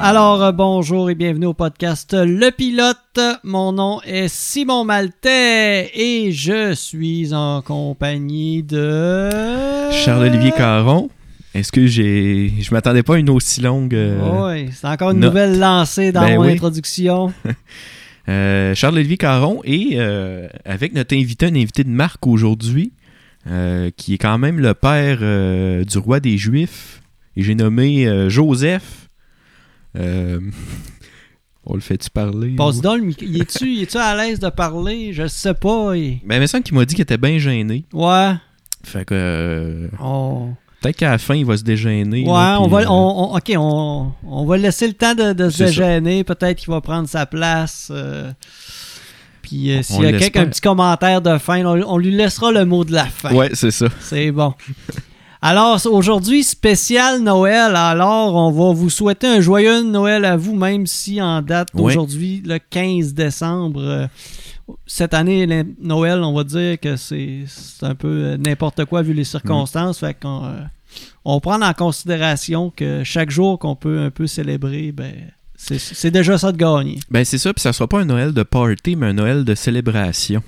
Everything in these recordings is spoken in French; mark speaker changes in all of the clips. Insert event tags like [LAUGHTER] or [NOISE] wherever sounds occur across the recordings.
Speaker 1: Alors, euh, bonjour et bienvenue au podcast Le Pilote. Mon nom est Simon Maltais et je suis en compagnie de...
Speaker 2: Charles-Olivier
Speaker 1: Euh.
Speaker 2: Caron. Est-ce que j'ai. Je m'attendais pas à une aussi longue. euh,
Speaker 1: Oui, c'est encore une
Speaker 2: note.
Speaker 1: nouvelle lancée dans
Speaker 2: Ben
Speaker 1: mon
Speaker 2: oui.
Speaker 1: introduction.
Speaker 2: euh, Charles-Olivier Caron et euh, avec notre invité, un invité de marque aujourd'hui, euh, qui est quand même le père euh, du roi des Juifs. Et j'ai nommé euh, Joseph. Euh, [LAUGHS] On le fait-tu parler?
Speaker 1: Passe
Speaker 2: ou-
Speaker 1: donc le micro. Y es-tu y es-tu à l'aise de parler? Je sais pas. il-
Speaker 2: Ben, il me semble qu'il m'a dit qu'il était bien gêné.
Speaker 1: Ouais,
Speaker 2: Fait que. euh,
Speaker 1: on...
Speaker 2: Peut-être qu'à la fin, il va se dégêner.
Speaker 1: Ouais,
Speaker 2: là,
Speaker 1: on
Speaker 2: puis,
Speaker 1: va,
Speaker 2: euh,
Speaker 1: on, on- ok, on, on va laisser le temps de, de se
Speaker 2: C'est ça.
Speaker 1: dégêner. Peut-être qu'il va prendre sa place. euh, puis euh, s'il
Speaker 2: On
Speaker 1: y a
Speaker 2: l'espère.
Speaker 1: quelqu'un, un petit commentaire de fin, on, on lui laissera le mot de la fin.
Speaker 2: Ouais, c'est ça.
Speaker 1: C'est bon. Alors, c'est- aujourd'hui, spécial Noël. Alors, on va vous souhaiter un joyeux Noël à vous, même si en date
Speaker 2: Ouais.
Speaker 1: d'aujourd'hui, le 15 décembre, euh, cette année, le- Noël, on va dire que c'est c'est un peu euh, n'importe quoi vu les circonstances. Fait qu'on euh, on prend en considération que chaque jour qu'on peut un peu célébrer, ben, c'est- c'est déjà ça de gagner.
Speaker 2: Ben, c'est ça. Puis ça sera pas un Noël de party, mais un Noël de célébration.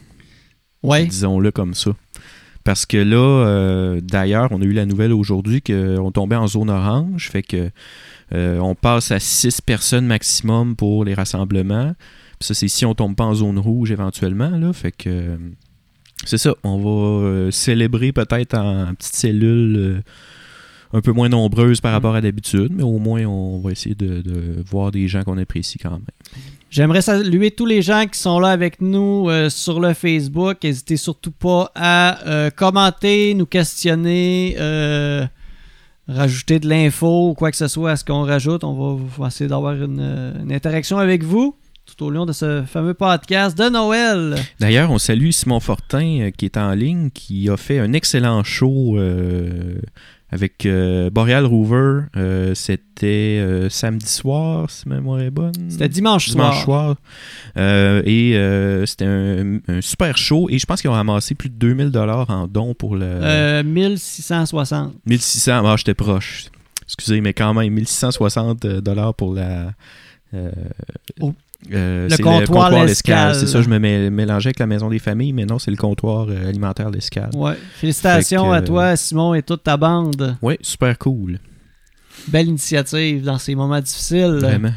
Speaker 1: Oui.
Speaker 2: disons-le comme ça. Parce que là, euh, d'ailleurs, on a eu la nouvelle aujourd'hui qu'on tombait en zone orange, fait que euh, on passe à 6 personnes maximum pour les rassemblements. Puis ça, c'est si on tombe pas en zone rouge éventuellement, là, fait que euh, c'est ça, on va euh, célébrer peut-être en, petite cellule un peu moins nombreuse par rapport à d'habitude, mais au moins on va essayer de, de voir des gens qu'on apprécie quand même.
Speaker 1: J'aimerais saluer tous les gens qui sont là avec nous euh, sur le Facebook. N'hésitez surtout pas à euh, commenter, nous questionner, euh, rajouter de l'info ou quoi que ce soit à ce qu'on rajoute. On va, on va essayer d'avoir une, euh, une interaction avec vous tout au long de ce fameux podcast de Noël.
Speaker 2: D'ailleurs, on salue Simon Fortin euh, qui est en ligne, qui a fait un excellent show euh, avec euh, Boreal Rover. Euh, C'était euh, samedi soir, si ma mémoire est bonne.
Speaker 1: C'était dimanche soir.
Speaker 2: dimanche soir. Euh, et euh, c'était un, un super show. Et je pense qu'ils ont ramassé plus de 2000 dollars en dons pour le
Speaker 1: Euh, 1660.
Speaker 2: 1600. Ah, j'étais proche. Excusez, mais quand même, 1660 euh, dollars pour la. euh,
Speaker 1: Oh.
Speaker 2: euh,
Speaker 1: Le
Speaker 2: c'est
Speaker 1: comptoir
Speaker 2: l'escale.
Speaker 1: l'escale.
Speaker 2: C'est ça, je me mé- mélangeais avec la maison des familles, mais non, c'est le comptoir euh, alimentaire l'escale.
Speaker 1: Ouais. Félicitations
Speaker 2: Fait
Speaker 1: à
Speaker 2: que- euh,
Speaker 1: toi, Simon, et toute ta bande.
Speaker 2: Oui, super cool.
Speaker 1: Belle initiative dans ces moments difficiles.
Speaker 2: Vraiment.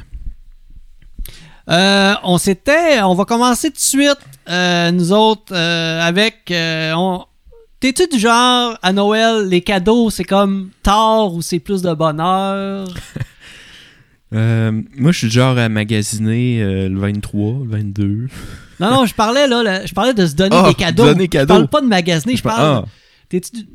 Speaker 1: Euh, on s'était. On va commencer tout de suite, euh, nous autres, euh, avec. euh, on... T'es-tu du genre à Noël, les cadeaux, c'est comme tard ou c'est plus de bonheur?
Speaker 2: Euh, moi, je suis du genre à magasiner euh, le 23, le 22.
Speaker 1: Non, non, je parlais là, là, je parlais de se donner
Speaker 2: Ah,
Speaker 1: des cadeaux.
Speaker 2: donner cadeaux.
Speaker 1: Je parle pas de magasiner, je
Speaker 2: pense-
Speaker 1: parle.
Speaker 2: Ah,
Speaker 1: T'es-tu du-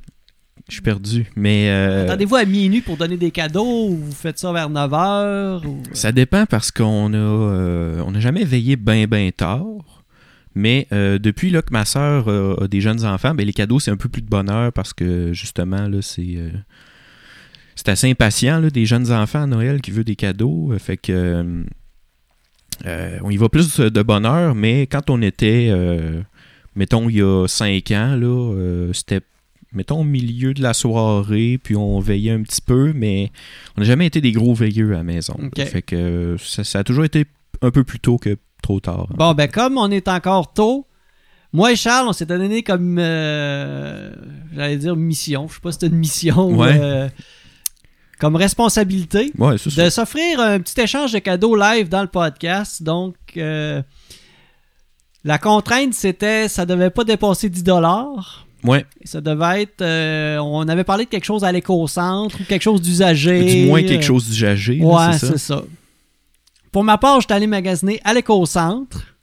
Speaker 2: je suis perdu. Mais euh,
Speaker 1: Attendez-vous à minuit pour donner des cadeaux ou vous faites ça vers 9h? Ou...
Speaker 2: ça dépend parce qu'on a, euh, on n'a jamais veillé bien, bien tard. Mais euh, depuis là, que ma sœur euh, a des jeunes enfants, ben, les cadeaux, c'est un peu plus de bonheur parce que justement, là, c'est. euh, c'est assez impatient, là, des jeunes enfants à Noël qui veulent des cadeaux. Euh, Fait que. euh, euh, on y va plus de bonheur, mais quand on était. euh, mettons, il y a 5 ans, là, euh, c'était. Mettons, au milieu de la soirée, puis on veillait un petit peu, mais on n'a jamais été des gros veilleux à la maison. là.
Speaker 1: Ok.
Speaker 2: Fait que euh, ça, ça a toujours été un peu plus tôt que trop tard. hein.
Speaker 1: Bon, ben comme on est encore tôt, moi et Charles, on s'est donné comme, euh, j'allais dire mission, je sais pas si c'est une mission,
Speaker 2: Ouais.
Speaker 1: euh, comme responsabilité
Speaker 2: Ouais, c'est ça.
Speaker 1: de s'offrir un petit échange de cadeaux live dans le podcast. Donc, euh, la contrainte, c'était ça devait pas dépasser 10 dollars.
Speaker 2: Ouais,
Speaker 1: Ça devait être, euh, on avait parlé de quelque chose à l'éco-centre ou quelque chose d'usagé.
Speaker 2: du moins quelque
Speaker 1: euh,
Speaker 2: chose d'usagé. là,
Speaker 1: Ouais,
Speaker 2: c'est ça.
Speaker 1: c'est ça. Pour ma part, j'étais allé magasiner à l'éco-centre.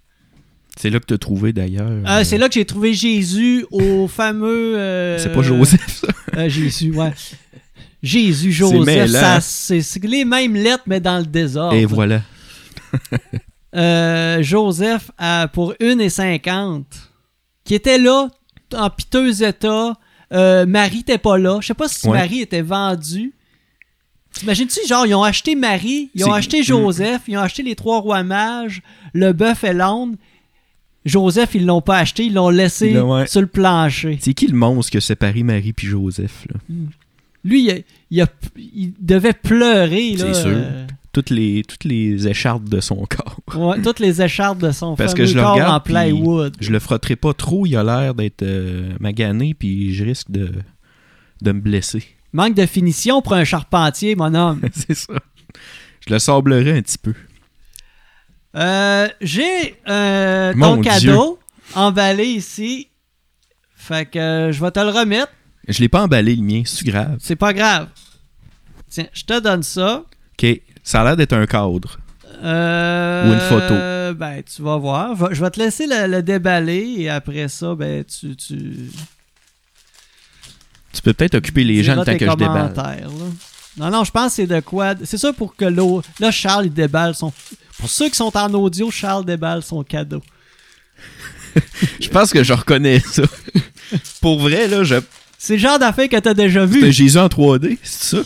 Speaker 2: C'est là que tu as trouvé d'ailleurs.
Speaker 1: Euh, c'est là que j'ai trouvé Jésus au fameux. euh,
Speaker 2: C'est pas Joseph, ça.
Speaker 1: [LAUGHS] euh, Jésus, ouais. Jésus,
Speaker 2: C'est
Speaker 1: Joseph,
Speaker 2: mêlant.
Speaker 1: ça, c'est c'est les mêmes lettres, mais dans le désordre.
Speaker 2: Et voilà.
Speaker 1: Euh, Joseph à- pour 1,50 qui était là, en piteux état. Euh, Marie n'était pas là. Je sais pas si
Speaker 2: Ouais.
Speaker 1: Marie était vendue. T'imagines-tu, genre, ils ont acheté Marie, ils ont
Speaker 2: C'est- Mm.
Speaker 1: acheté Joseph, ils ont acheté les trois rois mages, le bœuf et l'onde. Joseph, ils l'ont pas acheté, ils l'ont laissé
Speaker 2: Là, ouais.
Speaker 1: sur le plancher.
Speaker 2: C'est qui le monstre que séparé Marie puis Joseph, là?
Speaker 1: Lui, il, a- il a- il devait pleurer. là,
Speaker 2: C'est sûr.
Speaker 1: euh,
Speaker 2: toutes les, toutes les écharpes de son [LAUGHS] corps.
Speaker 1: Ouais, toutes les écharpes de son
Speaker 2: Parce
Speaker 1: fameux
Speaker 2: que je le
Speaker 1: corps
Speaker 2: regarde,
Speaker 1: en
Speaker 2: puis
Speaker 1: plywood.
Speaker 2: Je le frotterai pas trop, il a l'air d'être euh, magané, puis je risque de, de me blesser. [LAUGHS]
Speaker 1: Manque de finition pour un charpentier, mon homme.
Speaker 2: C'est ça. Je le sablerai un petit peu.
Speaker 1: Euh, J'ai euh, ton
Speaker 2: Mon
Speaker 1: cadeau emballé ici. Fait que euh, je vais te le remettre.
Speaker 2: Je l'ai pas emballé le mien, c'est grave.
Speaker 1: C'est pas grave. Tiens, je te donne ça.
Speaker 2: OK, ça a l'air d'être un cadre.
Speaker 1: Euh,
Speaker 2: Ou une photo.
Speaker 1: Ben, tu vas voir. Va- je vais te laisser le, le déballer et après ça, ben, tu, tu
Speaker 2: Tu peux peut-être occuper les gens
Speaker 1: diras
Speaker 2: le temps
Speaker 1: tes
Speaker 2: que je déballe.
Speaker 1: commentaires, là. Non, non, je pense que c'est de quoi. C'est ça pour que l'eau. Là, Charles, il déballe son. Pour ceux qui sont en audio, Charles déballe son cadeau.
Speaker 2: Je pense que je reconnais ça. [LAUGHS] Pour vrai, là, je...
Speaker 1: C'est le genre d'affaire que t'as déjà vu.
Speaker 2: c'est Jésus en 3D, c'est ça?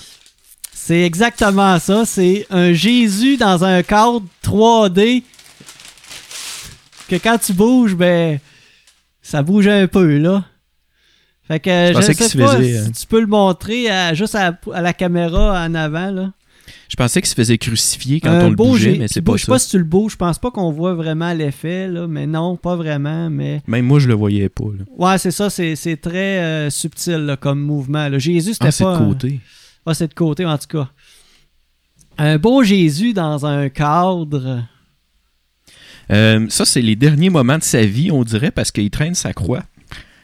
Speaker 1: C'est exactement ça. C'est un Jésus dans un cadre 3D. Que quand tu bouges, ben. Ça bouge un peu, là. Fait que euh,
Speaker 2: Je
Speaker 1: je,
Speaker 2: pensais qu'il
Speaker 1: sais
Speaker 2: se
Speaker 1: pas
Speaker 2: faisait, euh,
Speaker 1: si tu peux le montrer à- juste à, à la caméra en avant, là.
Speaker 2: Je pensais qu'il se faisait crucifier quand
Speaker 1: Un
Speaker 2: on le
Speaker 1: beau
Speaker 2: bougeait,
Speaker 1: Jé-
Speaker 2: mais
Speaker 1: qui
Speaker 2: c'est
Speaker 1: bouge.
Speaker 2: pas
Speaker 1: Je
Speaker 2: ça.
Speaker 1: sais pas si tu le bouges. Je pense pas qu'on voit vraiment l'effet, là. Mais non, pas vraiment. Mais
Speaker 2: Même moi, je le voyais pas. Là.
Speaker 1: ouais, c'est ça. C'est c'est très euh, subtil là, comme mouvement. là. Jésus, c'était
Speaker 2: Ah, c'est
Speaker 1: pas.
Speaker 2: de
Speaker 1: un-
Speaker 2: côté.
Speaker 1: Ah, c'est de côté, en tout cas. Un beau Jésus dans un cadre.
Speaker 2: Euh, ça, c'est les derniers moments de sa vie, on dirait, parce qu'il traîne sa croix.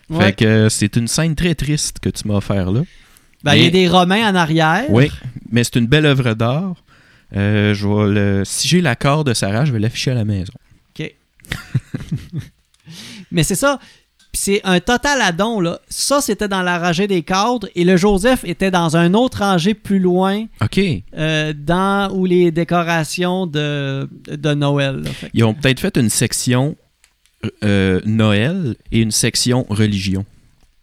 Speaker 1: Ouais.
Speaker 2: Fait que euh, c'est une scène très triste que tu m'as offert là.
Speaker 1: Ben, il y a
Speaker 2: mais-
Speaker 1: des Romains en arrière.
Speaker 2: Oui, mais c'est une belle œuvre d'art. Euh, je vais le... Si j'ai l'accord de Sarah, je vais l'afficher à la maison.
Speaker 1: Mais c'est ça. Puis c'est un total addon, là. Ça, c'était dans la rangée des cadres. Et le Joseph était dans un autre rangée plus loin,
Speaker 2: OK.
Speaker 1: euh, dans où les décorations de, de Noël. là. Fait que-
Speaker 2: Ils ont peut-être fait une section euh, Noël et une section religion.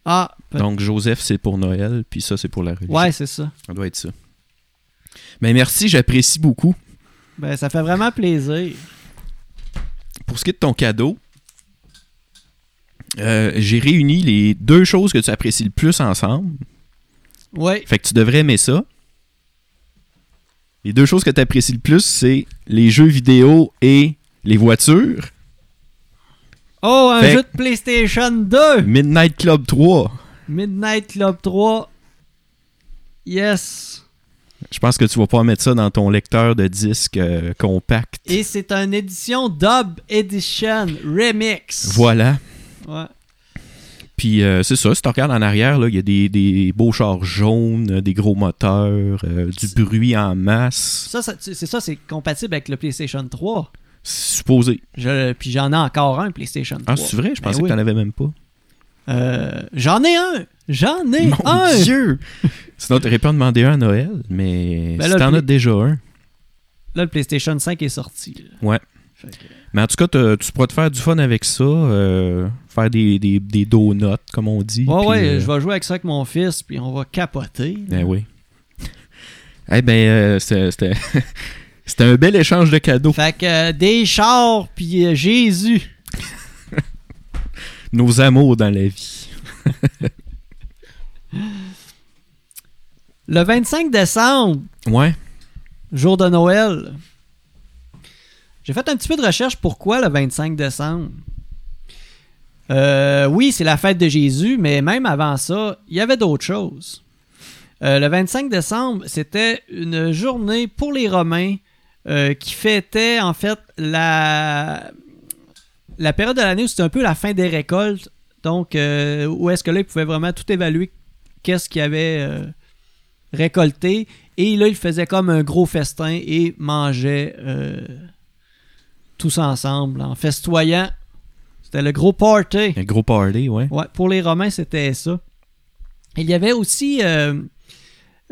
Speaker 1: Ah, peut-
Speaker 2: Donc Joseph, c'est pour Noël, puis ça, c'est pour la religion.
Speaker 1: ouais, c'est ça.
Speaker 2: Ça doit être ça. Mais merci, j'apprécie beaucoup.
Speaker 1: Ben, ça fait vraiment plaisir.
Speaker 2: Pour ce qui est de ton cadeau, euh, j'ai réuni les deux choses que tu apprécies le plus ensemble.
Speaker 1: Oui.
Speaker 2: Fait que tu devrais aimer ça. Les deux choses que tu apprécies le plus, c'est les jeux vidéo et les voitures.
Speaker 1: Oh, un
Speaker 2: Fait-
Speaker 1: jeu de PlayStation 2!
Speaker 2: Midnight Club 3.
Speaker 1: Midnight Club 3. Yes.
Speaker 2: Je pense que tu vas pas mettre ça dans ton lecteur de disque euh, compact.
Speaker 1: Et c'est une édition Dub Edition Remix.
Speaker 2: Voilà.
Speaker 1: Ouais.
Speaker 2: Puis euh, c'est ça, si tu regardes en arrière, là, il y a des, des beaux chars jaunes, euh, des gros moteurs, euh, du bruit en masse.
Speaker 1: Ça, ça- tu- c'est ça, c'est compatible avec le PlayStation 3.
Speaker 2: Supposé.
Speaker 1: Je, puis j'en ai encore un PlayStation 3.
Speaker 2: Ah, c'est vrai? Je
Speaker 1: Ben
Speaker 2: pensais
Speaker 1: oui.
Speaker 2: que t'en avais même pas.
Speaker 1: Euh, j'en ai un! J'en ai
Speaker 2: Mon
Speaker 1: un!
Speaker 2: Dieu! Sinon, t'aurais pu en demander un à Noël, mais
Speaker 1: Ben
Speaker 2: si
Speaker 1: là,
Speaker 2: t'en
Speaker 1: puis-
Speaker 2: as déjà un.
Speaker 1: Là, le PlayStation 5 est sorti. là.
Speaker 2: Ouais.
Speaker 1: Fait que-
Speaker 2: Mais en tout cas, t'as- tu pourras te faire du fun avec ça, euh, faire des, des, des donuts, comme on dit.
Speaker 1: Ouais,
Speaker 2: puis,
Speaker 1: ouais,
Speaker 2: euh,
Speaker 1: je vais jouer avec ça avec mon fils, puis on va capoter.
Speaker 2: Ben oui. [LAUGHS] Eh ben, euh, c'était c'était- [LAUGHS] c'était un bel échange de cadeaux.
Speaker 1: Fait que euh, des chars, puis euh, Jésus.
Speaker 2: Nos amours dans la vie.
Speaker 1: Le 25 décembre,
Speaker 2: Ouais.
Speaker 1: jour de Noël, j'ai fait un petit peu de recherche pourquoi le 25 décembre. Euh, oui, c'est la fête de Jésus, mais même avant ça, il y avait d'autres choses. Euh, le 25 décembre, c'était une journée pour les Romains euh, qui fêtait en fait la, la période de l'année où c'était un peu la fin des récoltes. Donc, euh, où est-ce que là, ils pouvaient vraiment tout évaluer qu'est-ce qu'ils avaient euh, récolté. Et là, ils faisaient comme un gros festin et mangeaient euh, tous ensemble en festoyant. C'était le gros party.
Speaker 2: Un gros party, ouais.
Speaker 1: Ouais, pour les Romains, c'était ça. Il y avait aussi euh,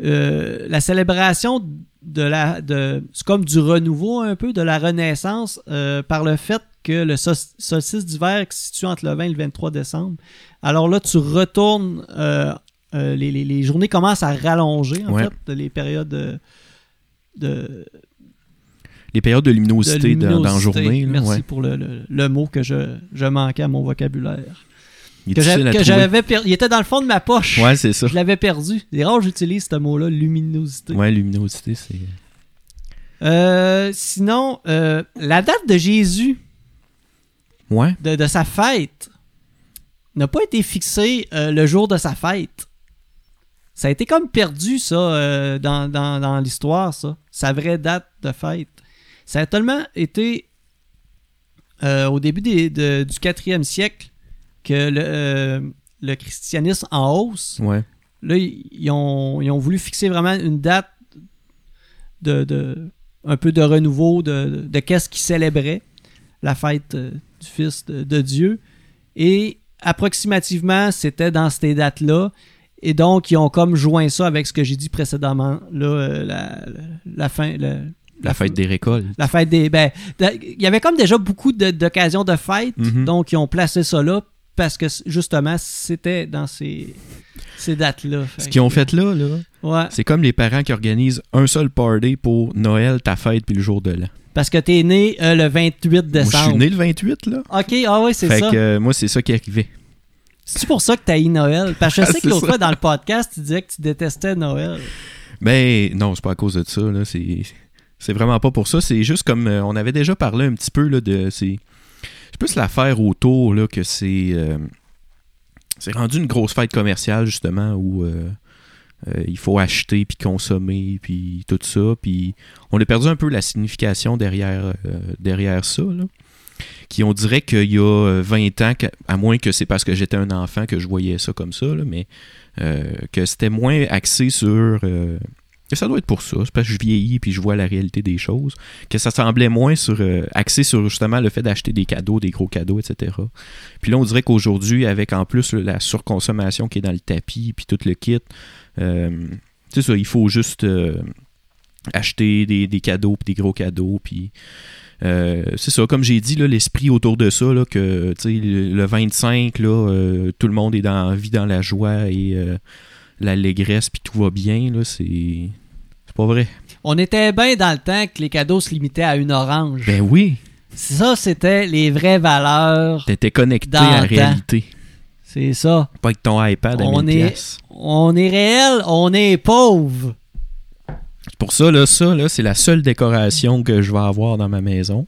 Speaker 1: euh, la célébration de la. De, c'est comme du renouveau un peu, de la renaissance, euh, par le fait que le sol- solstice d'hiver qui se situe entre le 20 et le 23 décembre. Alors là, tu retournes. euh, euh, les, les- les journées commencent à rallonger, en
Speaker 2: Ouais.
Speaker 1: fait, les périodes de. de-
Speaker 2: Les périodes de
Speaker 1: de
Speaker 2: luminosité, dans, dans la
Speaker 1: luminosité.
Speaker 2: journée. là,
Speaker 1: Merci
Speaker 2: ouais.
Speaker 1: pour le, le- le mot que je, je manquais à mon vocabulaire
Speaker 2: Il est
Speaker 1: que
Speaker 2: difficile
Speaker 1: j'avais,
Speaker 2: à
Speaker 1: que
Speaker 2: trouver.
Speaker 1: j'avais per- Il était dans le fond de ma poche.
Speaker 2: Ouais, c'est ça.
Speaker 1: Je l'avais perdu. C'est rare que j'utilise ce mot-là, luminosité.
Speaker 2: Ouais, luminosité, c'est.
Speaker 1: Euh, sinon, euh, la date de Jésus,
Speaker 2: Ouais.
Speaker 1: de, de sa fête, n'a pas été fixée euh, le jour de sa fête. Ça a été comme perdu, ça, euh, dans, dans- dans l'histoire, ça. Sa vraie date de fête. Ça a tellement été euh, au début des- de- du 4e siècle que le, euh, le christianisme en hausse.
Speaker 2: Ouais.
Speaker 1: Là, ils ils ont, ils ont voulu fixer vraiment une date de, de- un peu de renouveau de, de qu'est-ce qu'ils célébraient, la fête euh, du Fils de, de Dieu. Et approximativement, c'était dans ces dates-là. Et donc, ils ont comme joint ça avec ce que j'ai dit précédemment, là, euh, la, la fin, le-
Speaker 2: La fête des récoltes.
Speaker 1: la fête des. Ben, de- il y avait comme déjà beaucoup de- d'occasions de fête,
Speaker 2: Mhm.
Speaker 1: donc ils ont placé ça là parce que c- justement, c'était dans ces, ces dates-là.
Speaker 2: Ce qu'ils ont fait là, là,
Speaker 1: Ouais,
Speaker 2: c'est comme les parents qui organisent un seul party pour Noël, ta fête, puis le jour de l'an.
Speaker 1: parce que t'es né euh, le 28
Speaker 2: Moi, je
Speaker 1: décembre.
Speaker 2: suis né le 28, là.
Speaker 1: Ok, ah oui, c'est
Speaker 2: Fait
Speaker 1: ça.
Speaker 2: que euh, moi, c'est ça qui arrivait.
Speaker 1: C'est pour ça que t'as eu Noël. Parce que
Speaker 2: [LAUGHS]
Speaker 1: je
Speaker 2: Ah,
Speaker 1: sais que
Speaker 2: c'est
Speaker 1: l'autre
Speaker 2: ça.
Speaker 1: fois dans le podcast, tu disais que tu détestais Noël.
Speaker 2: Ben non, c'est pas à cause de ça. Là. C'est, c'est vraiment pas pour ça. C'est juste comme euh, on avait déjà parlé un petit peu là, de. C'est, c'est plus l'affaire autour là, que c'est. euh, c'est rendu une grosse fête commerciale, justement, où euh, euh, il faut acheter puis consommer puis tout ça. Puis on a perdu un peu la signification derrière, euh, derrière ça. là. Qui on dirait qu'il y a euh, 20 ans, que- à moins que c'est parce que j'étais un enfant que je voyais ça comme ça, là, mais euh, que c'était moins axé sur. euh, et ça doit être pour ça, c'est parce que je vieillis puis je vois la réalité des choses, que ça semblait moins sur euh, axé sur justement le fait d'acheter des cadeaux, des gros cadeaux, etc. Puis là, on dirait qu'aujourd'hui, avec en plus la surconsommation qui est dans le tapis, puis tout le kit, euh, tu sais ça, il faut juste euh, acheter des, des cadeaux, puis des gros cadeaux, puis... euh, c'est ça, comme j'ai dit, là, l'esprit autour de ça, là, que tu sais, le le 25, là, euh, tout le monde est dans, vit dans la joie et euh, l'allégresse, puis tout va bien, là, c'est... C'est pas vrai.
Speaker 1: On était bien dans le temps que les cadeaux se limitaient à une orange.
Speaker 2: Ben oui,
Speaker 1: Ça, c'était les vraies valeurs.
Speaker 2: t'étais connecté
Speaker 1: Dans
Speaker 2: à la
Speaker 1: le temps.
Speaker 2: réalité.
Speaker 1: C'est ça.
Speaker 2: Pas avec ton iPad à
Speaker 1: On
Speaker 2: 1000
Speaker 1: est-
Speaker 2: piastres.
Speaker 1: On est réel, on est pauvre.
Speaker 2: C'est Pour ça, là, ça, là, c'est la seule décoration que je vais avoir dans ma maison.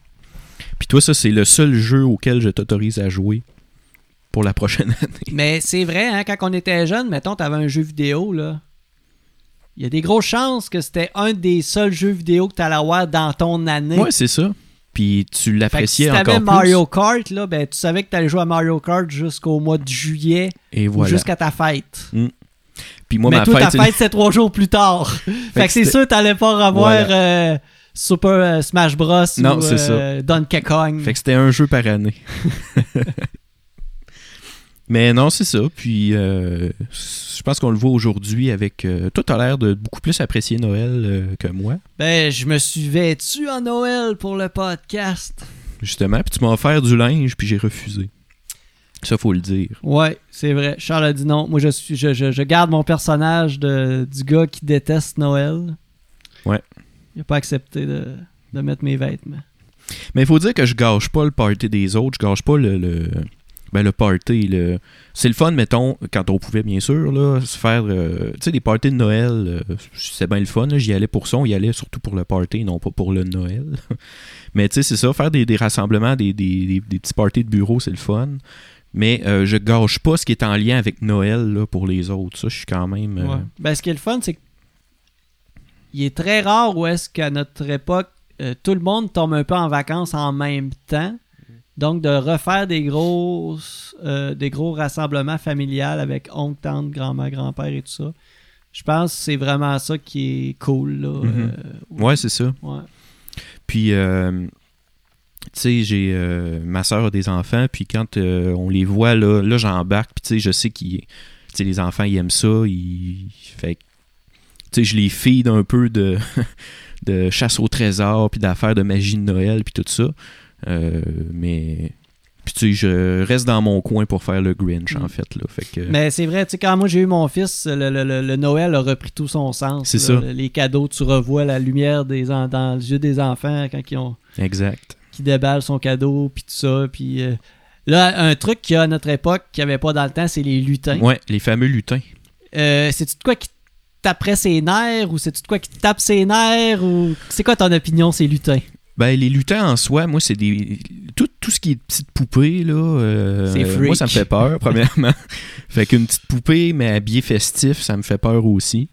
Speaker 2: Puis toi, ça, c'est le seul jeu auquel je t'autorise à jouer pour la prochaine année.
Speaker 1: Mais c'est vrai, hein, quand on était jeune, mettons, t'avais un jeu vidéo, là. Il y a des grosses chances que c'était un des seuls jeux vidéo que t'allais avoir dans ton année.
Speaker 2: Ouais, c'est ça. Puis
Speaker 1: Fait
Speaker 2: tu
Speaker 1: que si
Speaker 2: l'appréciais
Speaker 1: t'avais
Speaker 2: encore
Speaker 1: Mario Kart, là, ben, tu savais que t'allais jouer à Mario Kart jusqu'au mois de juillet
Speaker 2: plus. Et
Speaker 1: ou
Speaker 2: voilà.
Speaker 1: jusqu'à ta fête.
Speaker 2: Puis moi,
Speaker 1: Mais
Speaker 2: ma
Speaker 1: toi,
Speaker 2: fête,
Speaker 1: ta fête, c'est trois jours plus tard. [LAUGHS] fait, que
Speaker 2: que
Speaker 1: c'est
Speaker 2: c'était-
Speaker 1: sûr, t'allais pas avoir euh, Super euh, Smash Bros.
Speaker 2: Non,
Speaker 1: ou
Speaker 2: c'est ça.
Speaker 1: euh, Donkey Kong.
Speaker 2: Fait que c'était un jeu par année. [LAUGHS] Mais non, c'est ça. Puis euh, je pense qu'on le voit aujourd'hui avec. euh, toi, t'as l'air de beaucoup plus apprécier Noël euh, que moi,
Speaker 1: Ben, je me suis vêtu en Noël pour le podcast.
Speaker 2: justement. Puis tu m'as offert du linge, puis j'ai refusé. Ça, faut le dire.
Speaker 1: Ouais, c'est vrai. Charles a dit non. Moi, je, suis, je, je, je garde mon personnage de, du gars qui déteste Noël.
Speaker 2: Ouais.
Speaker 1: Il n'a pas accepté de, de mettre mes vêtements.
Speaker 2: Mais il faut dire que je gâche pas le party des autres. Je gâche pas le. le... Ben, le party, le... c'est le fun, mettons, quand on pouvait, bien sûr, là, se faire, euh, tu sais, des parties de Noël, euh, c'est bien le fun, là. j'y allais pour ça, on y allait surtout pour le party, non pas pour le Noël. [LAUGHS] Mais tu sais, c'est ça, faire des, des rassemblements, des, des- des- des petits parties de bureau, c'est le fun. Mais euh, je gâche pas ce qui est en lien avec Noël là, pour les autres. Ça, je suis quand même. euh,
Speaker 1: Ouais. Ben, ce qui est le fun, c'est que il est très rare où est-ce qu'à notre époque, euh, tout le monde tombe un peu en vacances en même temps. Donc, de refaire des grosses, euh, des gros rassemblements familiales avec oncle, tante, grand-mère, grand-père et tout ça. Je pense que c'est vraiment ça qui est cool. Là,
Speaker 2: Mhm.
Speaker 1: euh,
Speaker 2: ouais c'est ça.
Speaker 1: ouais.
Speaker 2: Puis, euh, tu sais, j'ai euh, ma soeur a des enfants, puis quand euh, on les voit, là, là j'embarque, puis tu sais, je sais qu'ils. Tu sais, les enfants, ils aiment ça, ils. Fait que, tu sais, je les feed un peu de, [LAUGHS] de chasse au trésor, puis d'affaires de magie de Noël, puis tout ça. Euh, mais. Puis, tu sais, je reste dans mon coin pour faire le Grinch, en
Speaker 1: Mm.
Speaker 2: fait, là. Fait que.
Speaker 1: Mais c'est vrai, tu sais, quand moi j'ai eu mon fils, le, le- le- le Noël a repris tout son sens.
Speaker 2: C'est
Speaker 1: là.
Speaker 2: ça.
Speaker 1: Les cadeaux, tu revois la lumière des en- dans les yeux des enfants quand ils ont
Speaker 2: Exact.
Speaker 1: qui déballe son cadeau, puis tout ça, puis... euh, Là, un truc qu'il y a à notre époque qu'il n'y avait pas dans le temps, c'est les lutins.
Speaker 2: Ouais, les fameux lutins.
Speaker 1: Euh, C'est-tu de quoi qui taperait ses nerfs ou c'est-tu de quoi qui te tape ses nerfs ou c'est quoi ton opinion, ces lutins?
Speaker 2: Ben, les lutins en soi, moi, c'est des. Tout, tout ce qui est petite poupée, là. euh,
Speaker 1: C'est freak.
Speaker 2: Moi, ça me
Speaker 1: [LAUGHS]
Speaker 2: fait peur, premièrement. fait qu'une petite poupée, mais habillée festif, ça me fait peur aussi.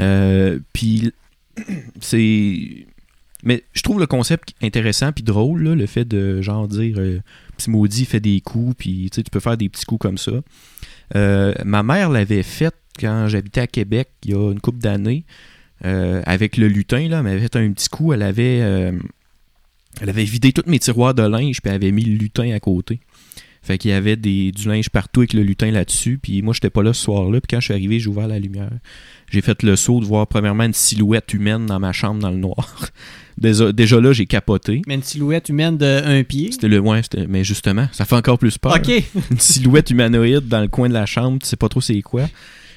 Speaker 2: Euh, puis, c'est. Mais je trouve le concept intéressant puis drôle, là, le fait de genre dire euh, petit maudit fait des coups, puis tu sais, tu peux faire des petits coups comme ça. Euh, ma mère l'avait fait quand j'habitais à Québec il y a une couple d'années euh, avec le lutin, là, elle m'avait fait un petit coup, elle avait, euh, elle avait vidé tous mes tiroirs de linge, puis elle avait mis le lutin à côté. Fait qu'il y avait des, du linge partout avec le lutin là-dessus, puis moi, j'étais pas là ce soir-là, puis quand je suis arrivé, j'ai ouvert la lumière. J'ai fait le saut de voir premièrement une silhouette humaine dans ma chambre dans le noir. [LAUGHS] Déjà, déjà là, j'ai capoté.
Speaker 1: Mais une silhouette humaine de un pied.
Speaker 2: C'était le ouais, c'était- mais justement, ça fait encore plus peur
Speaker 1: Ok.
Speaker 2: une silhouette humanoïde dans le coin de la chambre, tu sais pas trop c'est quoi.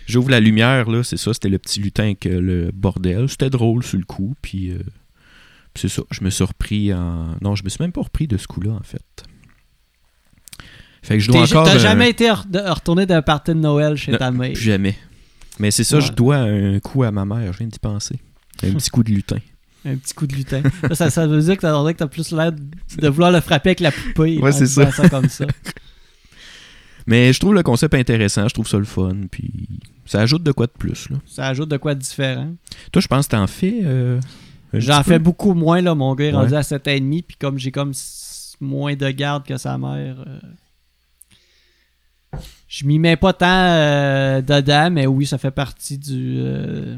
Speaker 2: J'ouvre la lumière, là, c'est ça, c'était le petit lutin que le bordel. C'était drôle sur le coup, puis, euh, puis c'est ça. Je me suis repris en. Non, je me suis même pas repris de ce coup-là, en fait. Fait que je dois
Speaker 1: T'es-
Speaker 2: encore.
Speaker 1: T'as
Speaker 2: un-
Speaker 1: jamais été re- de- retourné d'un party de Noël chez
Speaker 2: Non,
Speaker 1: ta mère.
Speaker 2: plus jamais. Mais c'est ça,
Speaker 1: Ouais.
Speaker 2: je dois un coup à ma mère, je viens d'y penser. Un petit coup de lutin.
Speaker 1: Un petit coup de lutin. ça, ça, ça veut dire que t'as que t'as plus l'air de vouloir le frapper avec la poupée.
Speaker 2: Ouais,
Speaker 1: en
Speaker 2: c'est
Speaker 1: disant
Speaker 2: ça.
Speaker 1: comme ça.
Speaker 2: Mais je trouve le concept intéressant, je trouve ça le fun, puis ça ajoute de quoi de plus, là.
Speaker 1: Ça ajoute de quoi de différent.
Speaker 2: Toi, je pense que t'en fais. euh, un
Speaker 1: J'en
Speaker 2: petit peu?
Speaker 1: fais beaucoup moins, là. Mon gars est
Speaker 2: Ouais.
Speaker 1: rendu à 7 ans et demi, puis comme j'ai comme s- moins de garde que sa mère, euh, je m'y mets pas tant euh, dedans, mais oui, ça fait partie du euh,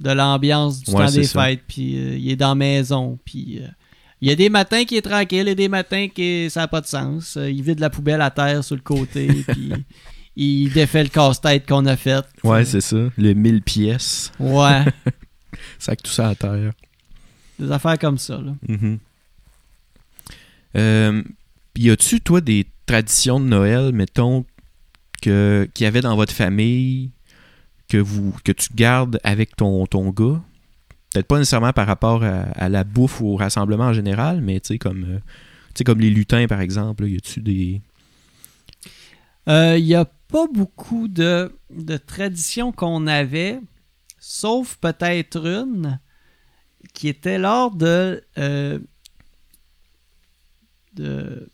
Speaker 1: de l'ambiance du
Speaker 2: Ouais,
Speaker 1: temps
Speaker 2: c'est
Speaker 1: des
Speaker 2: ça.
Speaker 1: fêtes. Puis euh, il est dans la maison, puis euh, il y a des matins qui est tranquille et des matins qui ça n'a pas de sens. Euh, il vide la poubelle à terre sur le
Speaker 2: [LAUGHS]
Speaker 1: côté, puis il défait le casse-tête qu'on a fait.
Speaker 2: Ouais, c'est ça. Le 1000 pièces.
Speaker 1: Ouais,
Speaker 2: Sac tout ça à terre.
Speaker 1: des affaires comme ça, là.
Speaker 2: Mm-hmm. Euh, y a-tu, toi, des traditions de Noël, mettons, que, qu'il y avait dans votre famille, que, vous, que tu gardes avec ton, ton gars? Peut-être pas nécessairement par rapport à, à la bouffe ou au rassemblement en général, mais tu sais, comme, euh, tu sais, comme les lutins, par exemple, là, y a-tu des.
Speaker 1: Euh, Il n'y a pas beaucoup de, de traditions qu'on avait, sauf peut-être une qui était lors de, euh, de,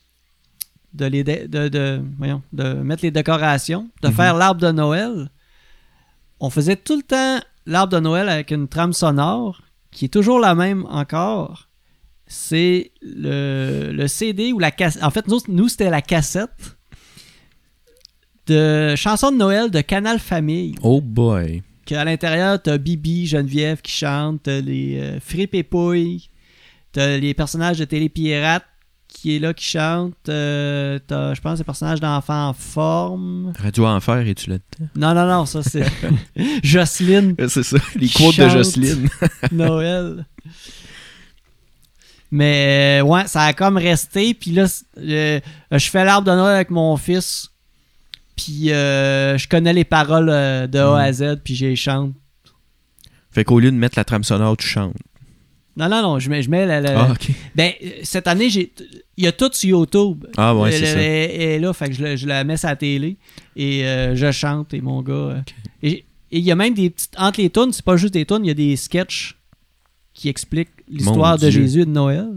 Speaker 1: de, les dé- de, de- voyons, de mettre les décorations, de
Speaker 2: Mhm.
Speaker 1: faire l'arbre de Noël. On faisait tout le temps l'arbre de Noël avec une trame sonore qui est toujours la même encore. C'est le, le CD ou la cassette. En fait, nous, autres, nous c'était la cassette de chansons de Noël de Canal Famille.
Speaker 2: Oh boy!
Speaker 1: Qu'à l'intérieur, t'as Bibi, Geneviève qui chante, t'as les euh, fripes et pouilles, t'as les personnages de Télépirate qui est là qui chante, euh, t'as, je pense, les personnages d'enfants en forme.
Speaker 2: Radio Enfer, es-tu là-dedans?
Speaker 1: Non, non, non, ça c'est [LAUGHS] Jocelyne
Speaker 2: C'est ça, [LAUGHS] les
Speaker 1: quotes de
Speaker 2: de
Speaker 1: Jocelyne.
Speaker 2: [LAUGHS] Jocelyne.
Speaker 1: Noël. Mais euh, ouais, ça a comme resté. Puis là, c'est- euh, je fais l'arbre de Noël avec mon fils. Puis euh, je connais les paroles euh, de A à Z. Puis je les chante.
Speaker 2: Fait qu'au lieu de mettre la trame sonore, tu chantes.
Speaker 1: Non, non, non, je mets, je mets la- la-
Speaker 2: Ah, ok.
Speaker 1: Ben, euh, cette année, j'ai. Il y a tout sur YouTube.
Speaker 2: Ah, ouais,
Speaker 1: Elle-
Speaker 2: c'est ça.
Speaker 1: elle- elle est là, fait que je, la- je la mets à la télé et euh, je chante et mon gars. euh, et- Et il y a même des petites. Entre les tunes, c'est pas juste des tunes, il y a des sketchs qui expliquent l'histoire de
Speaker 2: Dieu.
Speaker 1: Jésus et de Noël.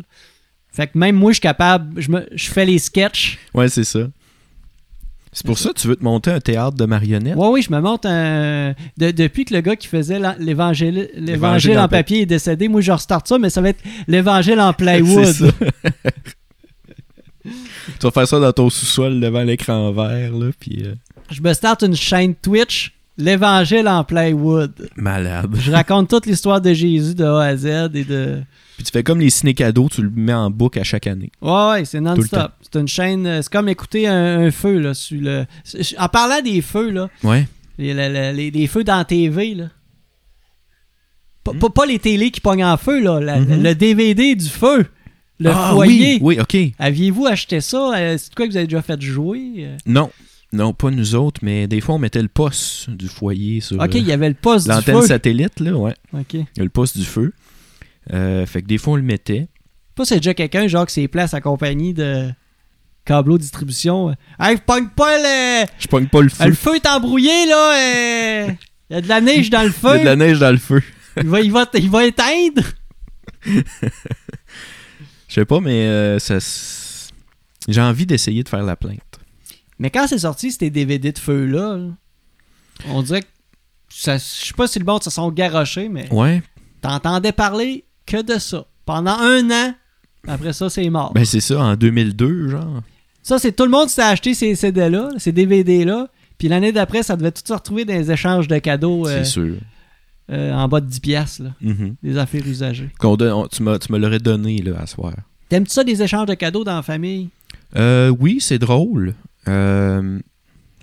Speaker 1: Fait que même moi, je suis capable. Je, me, je fais les sketchs.
Speaker 2: Ouais, c'est ça. C'est pour ça que tu veux te monter un théâtre de marionnettes?
Speaker 1: Ouais, oui, je me monte un. de- depuis que le gars qui faisait l'en- l'évangile l'évangile en
Speaker 2: en papier.
Speaker 1: papier est décédé, moi, je restarte ça, mais ça va être l'évangile
Speaker 2: [LAUGHS]
Speaker 1: en plywood.
Speaker 2: C'est ça. tu vas faire ça dans ton sous-sol devant l'écran vert, là, puis... euh,
Speaker 1: Je me starte une chaîne Twitch, l'évangile en plywood.
Speaker 2: Malade.
Speaker 1: Je raconte toute l'histoire de Jésus de A à Z et de.
Speaker 2: Puis tu fais comme les ciné cadeaux, tu le mets en boucle à chaque année.
Speaker 1: Ouais, ouais, c'est
Speaker 2: Tout le
Speaker 1: non-stop. C'est une chaîne. euh, C'est comme écouter un, un feu, là, sur le. c'est- En parlant des feux, là,
Speaker 2: Ouais.
Speaker 1: les, la- la- les- les feux dans la TV, là. Pas,
Speaker 2: Hmm.
Speaker 1: pas- pas les télés qui pognent en feu, là. la-
Speaker 2: Mhm.
Speaker 1: Le DVD du feu. Le
Speaker 2: Ah,
Speaker 1: foyer.
Speaker 2: Oui, oui, ok.
Speaker 1: Aviez-vous acheté ça? Euh, C'est de quoi que vous avez déjà fait jouer? Euh,
Speaker 2: Non. Non, pas nous autres, mais des fois, on mettait le poste du foyer sur
Speaker 1: Ok,
Speaker 2: euh,
Speaker 1: il y avait le poste du
Speaker 2: l'antenne
Speaker 1: feu.
Speaker 2: satellite, là, ouais.
Speaker 1: Ok.
Speaker 2: Il y a le poste du feu. Euh, fait que des fois, on le mettait.
Speaker 1: Pas c'est déjà quelqu'un, genre, qui s'est placé à sa compagnie de câbleau distribution. euh, Hey, pogne pas le.
Speaker 2: Je pogne pas le feu.
Speaker 1: Ah, le feu est embrouillé, là. euh, Il y a de la neige dans le
Speaker 2: [LAUGHS] Il y a
Speaker 1: feu.
Speaker 2: de la neige dans le feu.
Speaker 1: Il, va, il, va, il va éteindre.
Speaker 2: Je sais pas, mais euh, ça. s- J'ai envie d'essayer de faire la plainte.
Speaker 1: Mais quand c'est sorti, c'était DVD de feu-là, là, on dirait que. Ça, je sais pas si le monde se sont garochés, mais
Speaker 2: Ouais,
Speaker 1: t'entendais parler que de ça. Pendant un an, après ça, c'est mort.
Speaker 2: ben c'est ça, en 2002, genre.
Speaker 1: Ça, c'est tout le monde s'est acheté ces CD-là, ces DVD-là. Puis l'année d'après, ça devait tout se retrouver dans les échanges de cadeaux euh,
Speaker 2: C'est sûr.
Speaker 1: euh, en bas de 10$, piastres, là,
Speaker 2: Mhm.
Speaker 1: des affaires usagées.
Speaker 2: Qu'on donne- on- tu m'as- tu me l'aurais donné, là, à soir.
Speaker 1: T'aimes-tu ça, des échanges de cadeaux dans la famille?
Speaker 2: Euh, oui, c'est drôle. Euh,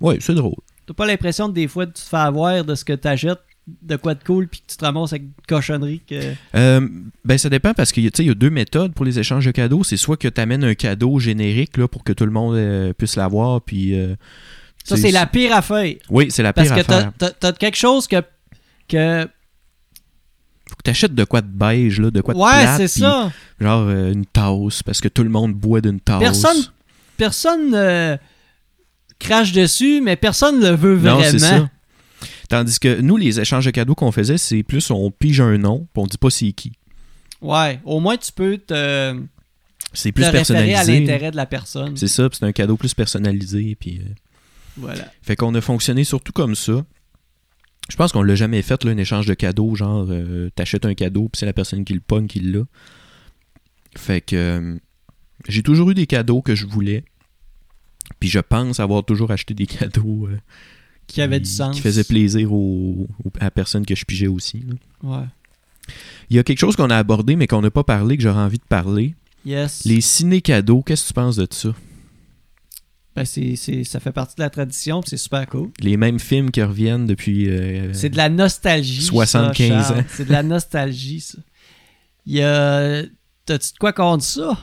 Speaker 2: Oui, c'est drôle.
Speaker 1: T'as pas l'impression que des fois, tu te fais avoir de ce que t'achètes, de quoi de cool, puis que tu te ramasses avec une cochonnerie que...
Speaker 2: Euh, ben, ça dépend parce qu'il y a- tu sais, il y a deux méthodes pour les échanges de cadeaux. C'est soit que tu amènes un cadeau générique là, pour que tout le monde euh, puisse l'avoir. Puis, euh,
Speaker 1: Ça, c'est la pire affaire.
Speaker 2: Oui, c'est la pire
Speaker 1: Parce que t'as-
Speaker 2: affaire.
Speaker 1: t'as t'as quelque chose que... que...
Speaker 2: Faut que tu achètes de quoi de beige, là, de quoi de
Speaker 1: Ouais,
Speaker 2: plate,
Speaker 1: c'est
Speaker 2: puis
Speaker 1: ça.
Speaker 2: Genre euh, une tasse, parce que tout le monde boit d'une tasse.
Speaker 1: Personne- Personne euh, crache dessus, mais personne le veut vraiment.
Speaker 2: Non, c'est ça. Tandis que nous, les échanges de cadeaux qu'on faisait, c'est plus on pige un nom, puis on dit pas c'est qui.
Speaker 1: Ouais, au moins tu peux te,
Speaker 2: C'est
Speaker 1: te
Speaker 2: plus
Speaker 1: référer à
Speaker 2: personnalisé. là.
Speaker 1: l'intérêt de la personne.
Speaker 2: C'est ça, puis c'est un cadeau plus personnalisé. Puis, euh,
Speaker 1: Voilà.
Speaker 2: Fait qu'on a fonctionné surtout comme ça. Je pense qu'on l'a jamais fait, là, un échange de cadeaux, genre euh, t'achètes un cadeau, puis c'est la personne qui le pogne qui l'a. Fait que euh, j'ai toujours eu des cadeaux que je voulais. Puis je pense avoir toujours acheté des [LAUGHS] cadeaux euh,
Speaker 1: Qui avait du sens.
Speaker 2: Qui faisaient plaisir au- au- à la personne que je pigeais aussi. là.
Speaker 1: Ouais.
Speaker 2: Il y a quelque chose qu'on a abordé mais qu'on n'a pas parlé, que j'aurais envie de parler.
Speaker 1: Yes.
Speaker 2: Les ciné-cadeaux, qu'est-ce que tu penses de ça?
Speaker 1: Ben, c'est- c'est- ça fait partie de la tradition, puis c'est super cool.
Speaker 2: Les mêmes films qui reviennent depuis... euh,
Speaker 1: C'est de la nostalgie. ça,
Speaker 2: 75
Speaker 1: Charles.
Speaker 2: ans.
Speaker 1: C'est de la nostalgie, ça. Il y a. T'as-tu de quoi contre ça?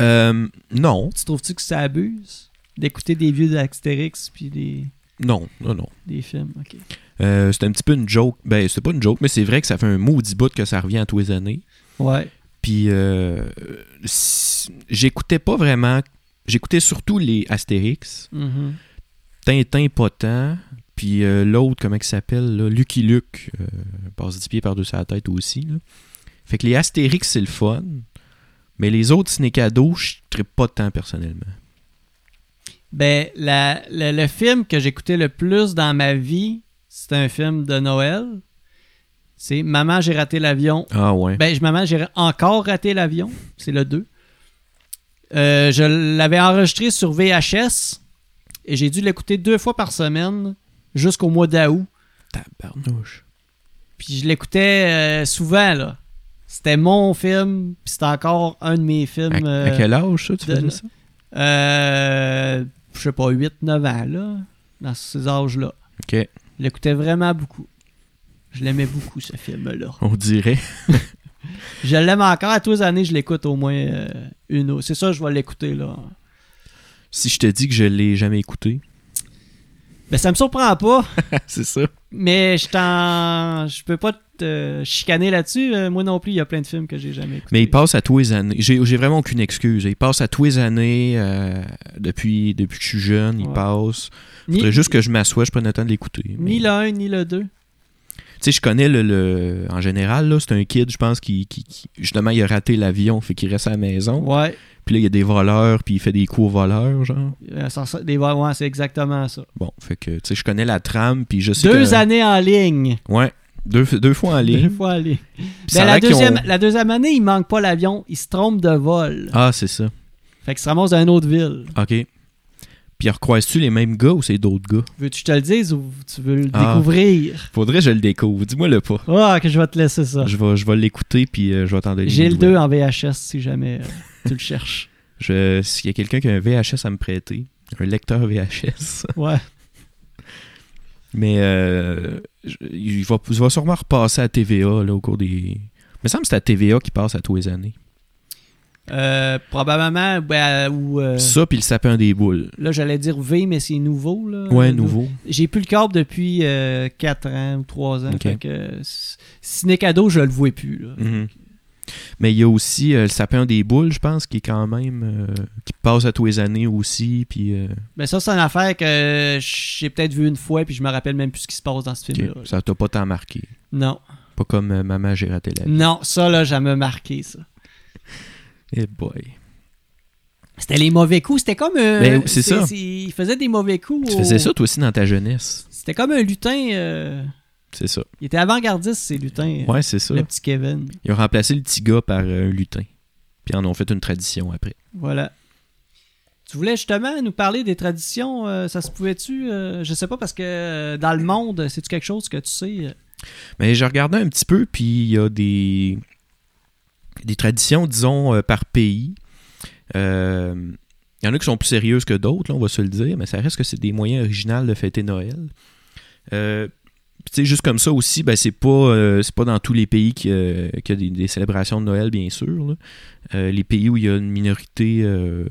Speaker 2: Euh, non,
Speaker 1: Tu trouves-tu que ça abuse d'écouter des vieux d'Astérix puis des,
Speaker 2: non, non, non.
Speaker 1: des films? Ok.
Speaker 2: Euh, c'est un petit peu une joke. Ben, c'est pas une joke, mais c'est vrai que ça fait un maudit bout que ça revient à tous les années.
Speaker 1: Ouais.
Speaker 2: Puis, euh, si- j'écoutais pas vraiment. J'écoutais surtout les Astérix,
Speaker 1: Mhm.
Speaker 2: Tintin Potent, puis euh, l'autre, comment il s'appelle, là, Lucky Luke, euh, passe 10 pieds par-dessus la tête aussi. là. Fait que les Astérix, c'est le fun, mais les autres ciné-cadeaux, je trippe pas tant personnellement.
Speaker 1: Ben, la- le, le film que j'écoutais le plus dans ma vie, c'est un film de Noël. C'est Maman, j'ai raté l'avion.
Speaker 2: Ah ouais.
Speaker 1: [LAUGHS] Ben, je- Maman, j'ai ra- encore raté l'avion. C'est le 2. Euh, je l'avais enregistré sur VHS et j'ai dû l'écouter deux fois par semaine jusqu'au mois d'août.
Speaker 2: Ben, Tabarnouche.
Speaker 1: Puis je l'écoutais euh, souvent, là. C'était mon film, puis c'était encore un de mes films.
Speaker 2: À, à
Speaker 1: euh,
Speaker 2: quel âge, ça, tu
Speaker 1: de-
Speaker 2: faisais ça?
Speaker 1: euh, je sais pas, 8-9 ans, là, dans ces âges-là.
Speaker 2: Ok.
Speaker 1: Je l'écoutais vraiment beaucoup. Je l'aimais beaucoup, ce film-là.
Speaker 2: On dirait.
Speaker 1: Je l'aime encore. À tous les années, je l'écoute au moins euh, une ou... C'est ça, je vais l'écouter, là.
Speaker 2: [LAUGHS] Si je te dis que je l'ai jamais écouté.
Speaker 1: Ben, ça me surprend pas,
Speaker 2: Ah, c'est ça.
Speaker 1: mais je t'en... Je peux pas te chicaner là-dessus. Euh, Moi non plus, il y a plein de films que j'ai jamais écoutés.
Speaker 2: Mais il passe à tous les années. J'ai j'ai vraiment aucune excuse. Il passe à tous les années euh, depuis, depuis que je suis jeune. Il
Speaker 1: Ouais.
Speaker 2: passe. Il
Speaker 1: ni,
Speaker 2: faudrait juste que je m'assoie, je prenne le temps de l'écouter. Mais,
Speaker 1: ni le 1, ni le 2.
Speaker 2: Tu sais, je connais le, le- En général, là, c'est un kid, je pense, qui, qui- qui- Justement, il a raté l'avion, fait qu'il reste à la maison.
Speaker 1: Ouais,
Speaker 2: Puis là, il y a des voleurs, puis il fait des cours voleurs, genre.
Speaker 1: Euh, ça- ça- des- ouais, c'est exactement ça.
Speaker 2: Bon, fait que, tu sais, je connais la trame, puis je sais
Speaker 1: Deux
Speaker 2: que-
Speaker 1: années en ligne.
Speaker 2: Ouais. Deux, deux fois en ligne.
Speaker 1: Deux fois en ligne.
Speaker 2: Puis
Speaker 1: Ben,
Speaker 2: ça a
Speaker 1: la,
Speaker 2: l'air qu'ils ont-
Speaker 1: deuxième, la deuxième année, il manque pas l'avion. Il se trompe de vol.
Speaker 2: Ah, c'est ça.
Speaker 1: Fait qu'il se ramasse dans une autre ville.
Speaker 2: OK. Puis recroises-tu les mêmes gars ou c'est d'autres gars?
Speaker 1: Veux-tu que je te le dise ou tu veux le
Speaker 2: Ah.
Speaker 1: découvrir?
Speaker 2: Faudrait que je le découvre. Dis-moi le pas.
Speaker 1: Ah, que je vais te laisser ça.
Speaker 2: Je vais, je vais l'écouter puis euh, je vais attendre.
Speaker 1: J'ai le 2 en VHS si jamais
Speaker 2: [LAUGHS]
Speaker 1: euh, tu le cherches.
Speaker 2: Je, s'il y a quelqu'un qui a un VHS à me prêter, un lecteur VHS,
Speaker 1: Ouais.
Speaker 2: mais euh, je- il, va, il va sûrement repasser à TVA là, au cours des. Mais ça me semble que c'est à TVA qui passe à tous les années.
Speaker 1: Euh, probablement, ben, ou. euh,
Speaker 2: Ça puis le sapin des boules.
Speaker 1: là, j'allais dire V, mais c'est nouveau. Là,
Speaker 2: Ouais,
Speaker 1: Euh,
Speaker 2: nouveau.
Speaker 1: J'ai plus le câble depuis 4 ans ou 3 ans.
Speaker 2: Ok.
Speaker 1: Fait que, euh, c- ciné-cadeau, je le vois plus. là.
Speaker 2: Mhm. Mais il y a aussi euh, le sapin des boules, je pense, qui est quand même. euh, qui passe à tous les années aussi. Puis, euh,
Speaker 1: Mais ça, c'est une affaire que j'ai peut-être vu une fois, puis je me rappelle même plus ce qui se passe dans ce film-là.
Speaker 2: ok, ça t'a pas tant marqué.
Speaker 1: Non.
Speaker 2: Pas comme euh, Maman, j'ai raté la vie.
Speaker 1: Non, ça, là, jamais marqué, ça.
Speaker 2: Eh boy.
Speaker 1: C'était les mauvais coups. C'était comme un.
Speaker 2: Ben, c'est ça.
Speaker 1: Il faisait des mauvais coups.
Speaker 2: Tu
Speaker 1: au-
Speaker 2: faisais ça toi aussi dans ta jeunesse.
Speaker 1: C'était comme un lutin. euh,
Speaker 2: C'est ça.
Speaker 1: Il était avant-gardiste, ces lutins. euh,
Speaker 2: Ouais, c'est ça.
Speaker 1: le petit Kevin.
Speaker 2: Ils ont remplacé le petit gars par euh, un lutin. Puis en ont fait une tradition après.
Speaker 1: Voilà. Tu voulais justement nous parler des traditions. euh, ça se pouvait-tu euh, Je sais pas, parce que euh, dans le monde, c'est-tu quelque chose que tu sais euh,
Speaker 2: Mais j'ai regardé un petit peu, puis il y a des, des traditions, disons, euh, par pays. Euh, Il y en a qui sont plus sérieuses que d'autres, là, on va se le dire, mais ça reste que c'est des moyens originaux de fêter Noël. Euh, puis tu sais, juste comme ça aussi, ben, c'est pas, euh, c'est pas dans tous les pays qu'il y a, qu'il y a des, des célébrations de Noël, bien sûr. là. Euh, les pays où il y a une minorité euh,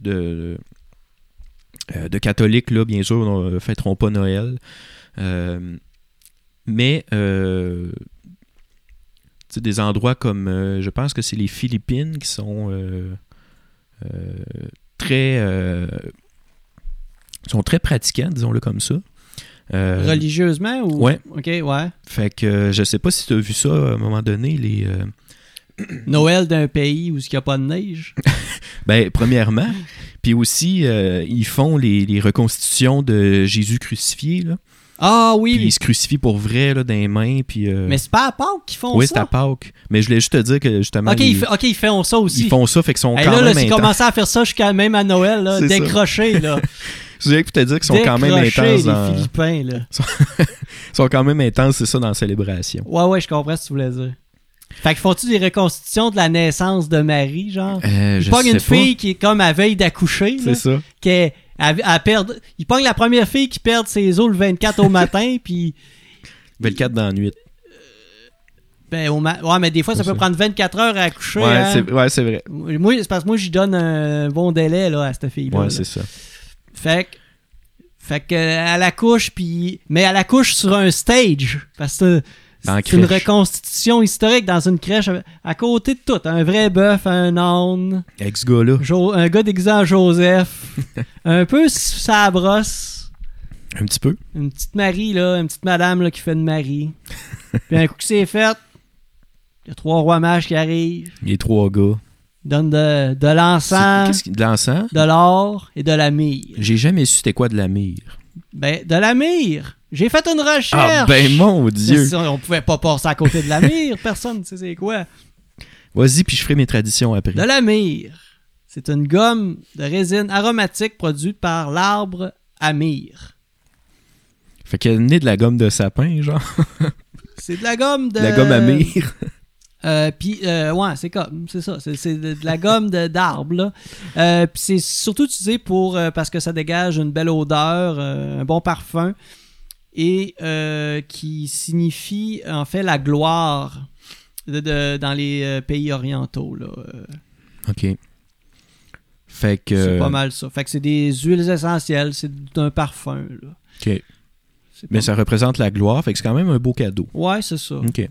Speaker 2: de, euh, de catholiques, là, bien sûr, ne fêteront pas Noël. Euh, mais euh, tu sais, des endroits comme, euh, je pense que c'est les Philippines qui sont euh, euh, très euh, sont très pratiquants, disons-le comme ça. Euh,
Speaker 1: religieusement ou
Speaker 2: ouais.
Speaker 1: Ok, ouais.
Speaker 2: fait que euh, je sais pas si tu as vu ça à un moment donné. Les, euh,
Speaker 1: Noël d'un pays où il n'y a pas de neige.
Speaker 2: ben,
Speaker 1: [LAUGHS]
Speaker 2: premièrement, puis aussi, euh, ils font les, les reconstitutions de Jésus crucifié. Là.
Speaker 1: Ah
Speaker 2: Puis
Speaker 1: oui.
Speaker 2: il se crucifie pour vrai là, dans les mains. Puis, euh,
Speaker 1: Mais c'est pas à Pâques qu'ils font
Speaker 2: oui, c'est à
Speaker 1: ça.
Speaker 2: Pâques. Mais je voulais juste te dire que justement,
Speaker 1: ok,
Speaker 2: les-
Speaker 1: ils, fa- ok, ils font ça aussi.
Speaker 2: ils font ça, fait qu'ils sont
Speaker 1: Hey,
Speaker 2: quand
Speaker 1: là, là,
Speaker 2: même
Speaker 1: c'est
Speaker 2: intenses.
Speaker 1: commencé à faire ça jusqu'à même à Noël, là,
Speaker 2: C'est ça.
Speaker 1: décroché,
Speaker 2: [LAUGHS]
Speaker 1: là.
Speaker 2: Je dirais que pour te dire qu'ils sont quand même
Speaker 1: Décroché,
Speaker 2: intenses.
Speaker 1: les
Speaker 2: dans-
Speaker 1: Philippins, là.
Speaker 2: Ils sont quand même intenses, c'est ça, dans la célébration.
Speaker 1: Ouais, ouais, je comprends ce que tu voulais dire. Fait que font-tu des reconstitutions de la naissance de Marie, genre?
Speaker 2: Euh,
Speaker 1: Ils
Speaker 2: je
Speaker 1: pognent
Speaker 2: sais
Speaker 1: une
Speaker 2: pas.
Speaker 1: fille qui est comme à veille d'accoucher, là,
Speaker 2: C'est ça.
Speaker 1: qui est à, à perdre... Ils pognent la première fille qui perd ses os le 24 au
Speaker 2: [LAUGHS]
Speaker 1: matin, puis...
Speaker 2: 24 dans la nuit.
Speaker 1: Ben, au ma- Ouais, mais des fois, ça
Speaker 2: C'est
Speaker 1: peut
Speaker 2: ça.
Speaker 1: prendre 24 heures à accoucher,
Speaker 2: Ouais,
Speaker 1: hein.
Speaker 2: c'est ouais, c'est vrai.
Speaker 1: Moi, c'est parce que moi, j'y donne un bon délai, là, à cette fille-là.
Speaker 2: Ouais,
Speaker 1: là.
Speaker 2: c'est ça.
Speaker 1: Fait que, fait que euh, elle accouche puis mais elle accouche sur un stage parce que
Speaker 2: Dans la
Speaker 1: c'est une
Speaker 2: crèche.
Speaker 1: reconstitution historique dans une crèche à- à côté de tout, un vrai bœuf, un âne,
Speaker 2: Avec ce gars-là,
Speaker 1: Jo- un gars déguisé en
Speaker 2: [LAUGHS]
Speaker 1: Joseph, un peu s- sa brosse,
Speaker 2: un petit peu.
Speaker 1: une petite Marie là, une petite madame là qui fait de
Speaker 2: [LAUGHS]
Speaker 1: Marie. Puis un coup que c'est fait, il y a trois rois mages qui arrivent,
Speaker 2: Les trois gars.
Speaker 1: donnent de, de
Speaker 2: C'est-
Speaker 1: l'encens,
Speaker 2: Qu'est-ce qui de l'encens?
Speaker 1: de l'or et de la myrrhe.
Speaker 2: J'ai jamais su c'était quoi de la mire.
Speaker 1: Ben, de la mire. J'ai fait une recherche.
Speaker 2: Ah ben mon
Speaker 1: Mais
Speaker 2: dieu.
Speaker 1: ça, on pouvait pas passer à côté de la mire. Personne ne sait c'est quoi.
Speaker 2: Vas-y, puis je ferai mes traditions après.
Speaker 1: De la mire. C'est une gomme de résine aromatique produite par l'arbre à mire.
Speaker 2: Fait qu'elle venait de la gomme de sapin, genre.
Speaker 1: C'est de la gomme de...
Speaker 2: De la gomme à mire.
Speaker 1: Euh, Puis, euh, ouais, c'est comme, c'est ça. C'est, c'est de, de la gomme de, d'arbre, là. Euh, Puis c'est surtout utilisé pour, euh, parce que ça dégage une belle odeur, euh, un bon parfum, et euh, qui signifie, en fait, la gloire de- de- dans les euh, pays orientaux, là. Euh,
Speaker 2: [LAUGHS] Ok. Fait que.
Speaker 1: C'est pas mal ça. Fait que c'est des huiles essentielles, c'est d'un parfum. Là.
Speaker 2: Ok.
Speaker 1: C'est pas
Speaker 2: Mais ça Mm. représente la gloire, fait que c'est quand même un beau cadeau.
Speaker 1: mal. Ouais, c'est ça.
Speaker 2: Ok.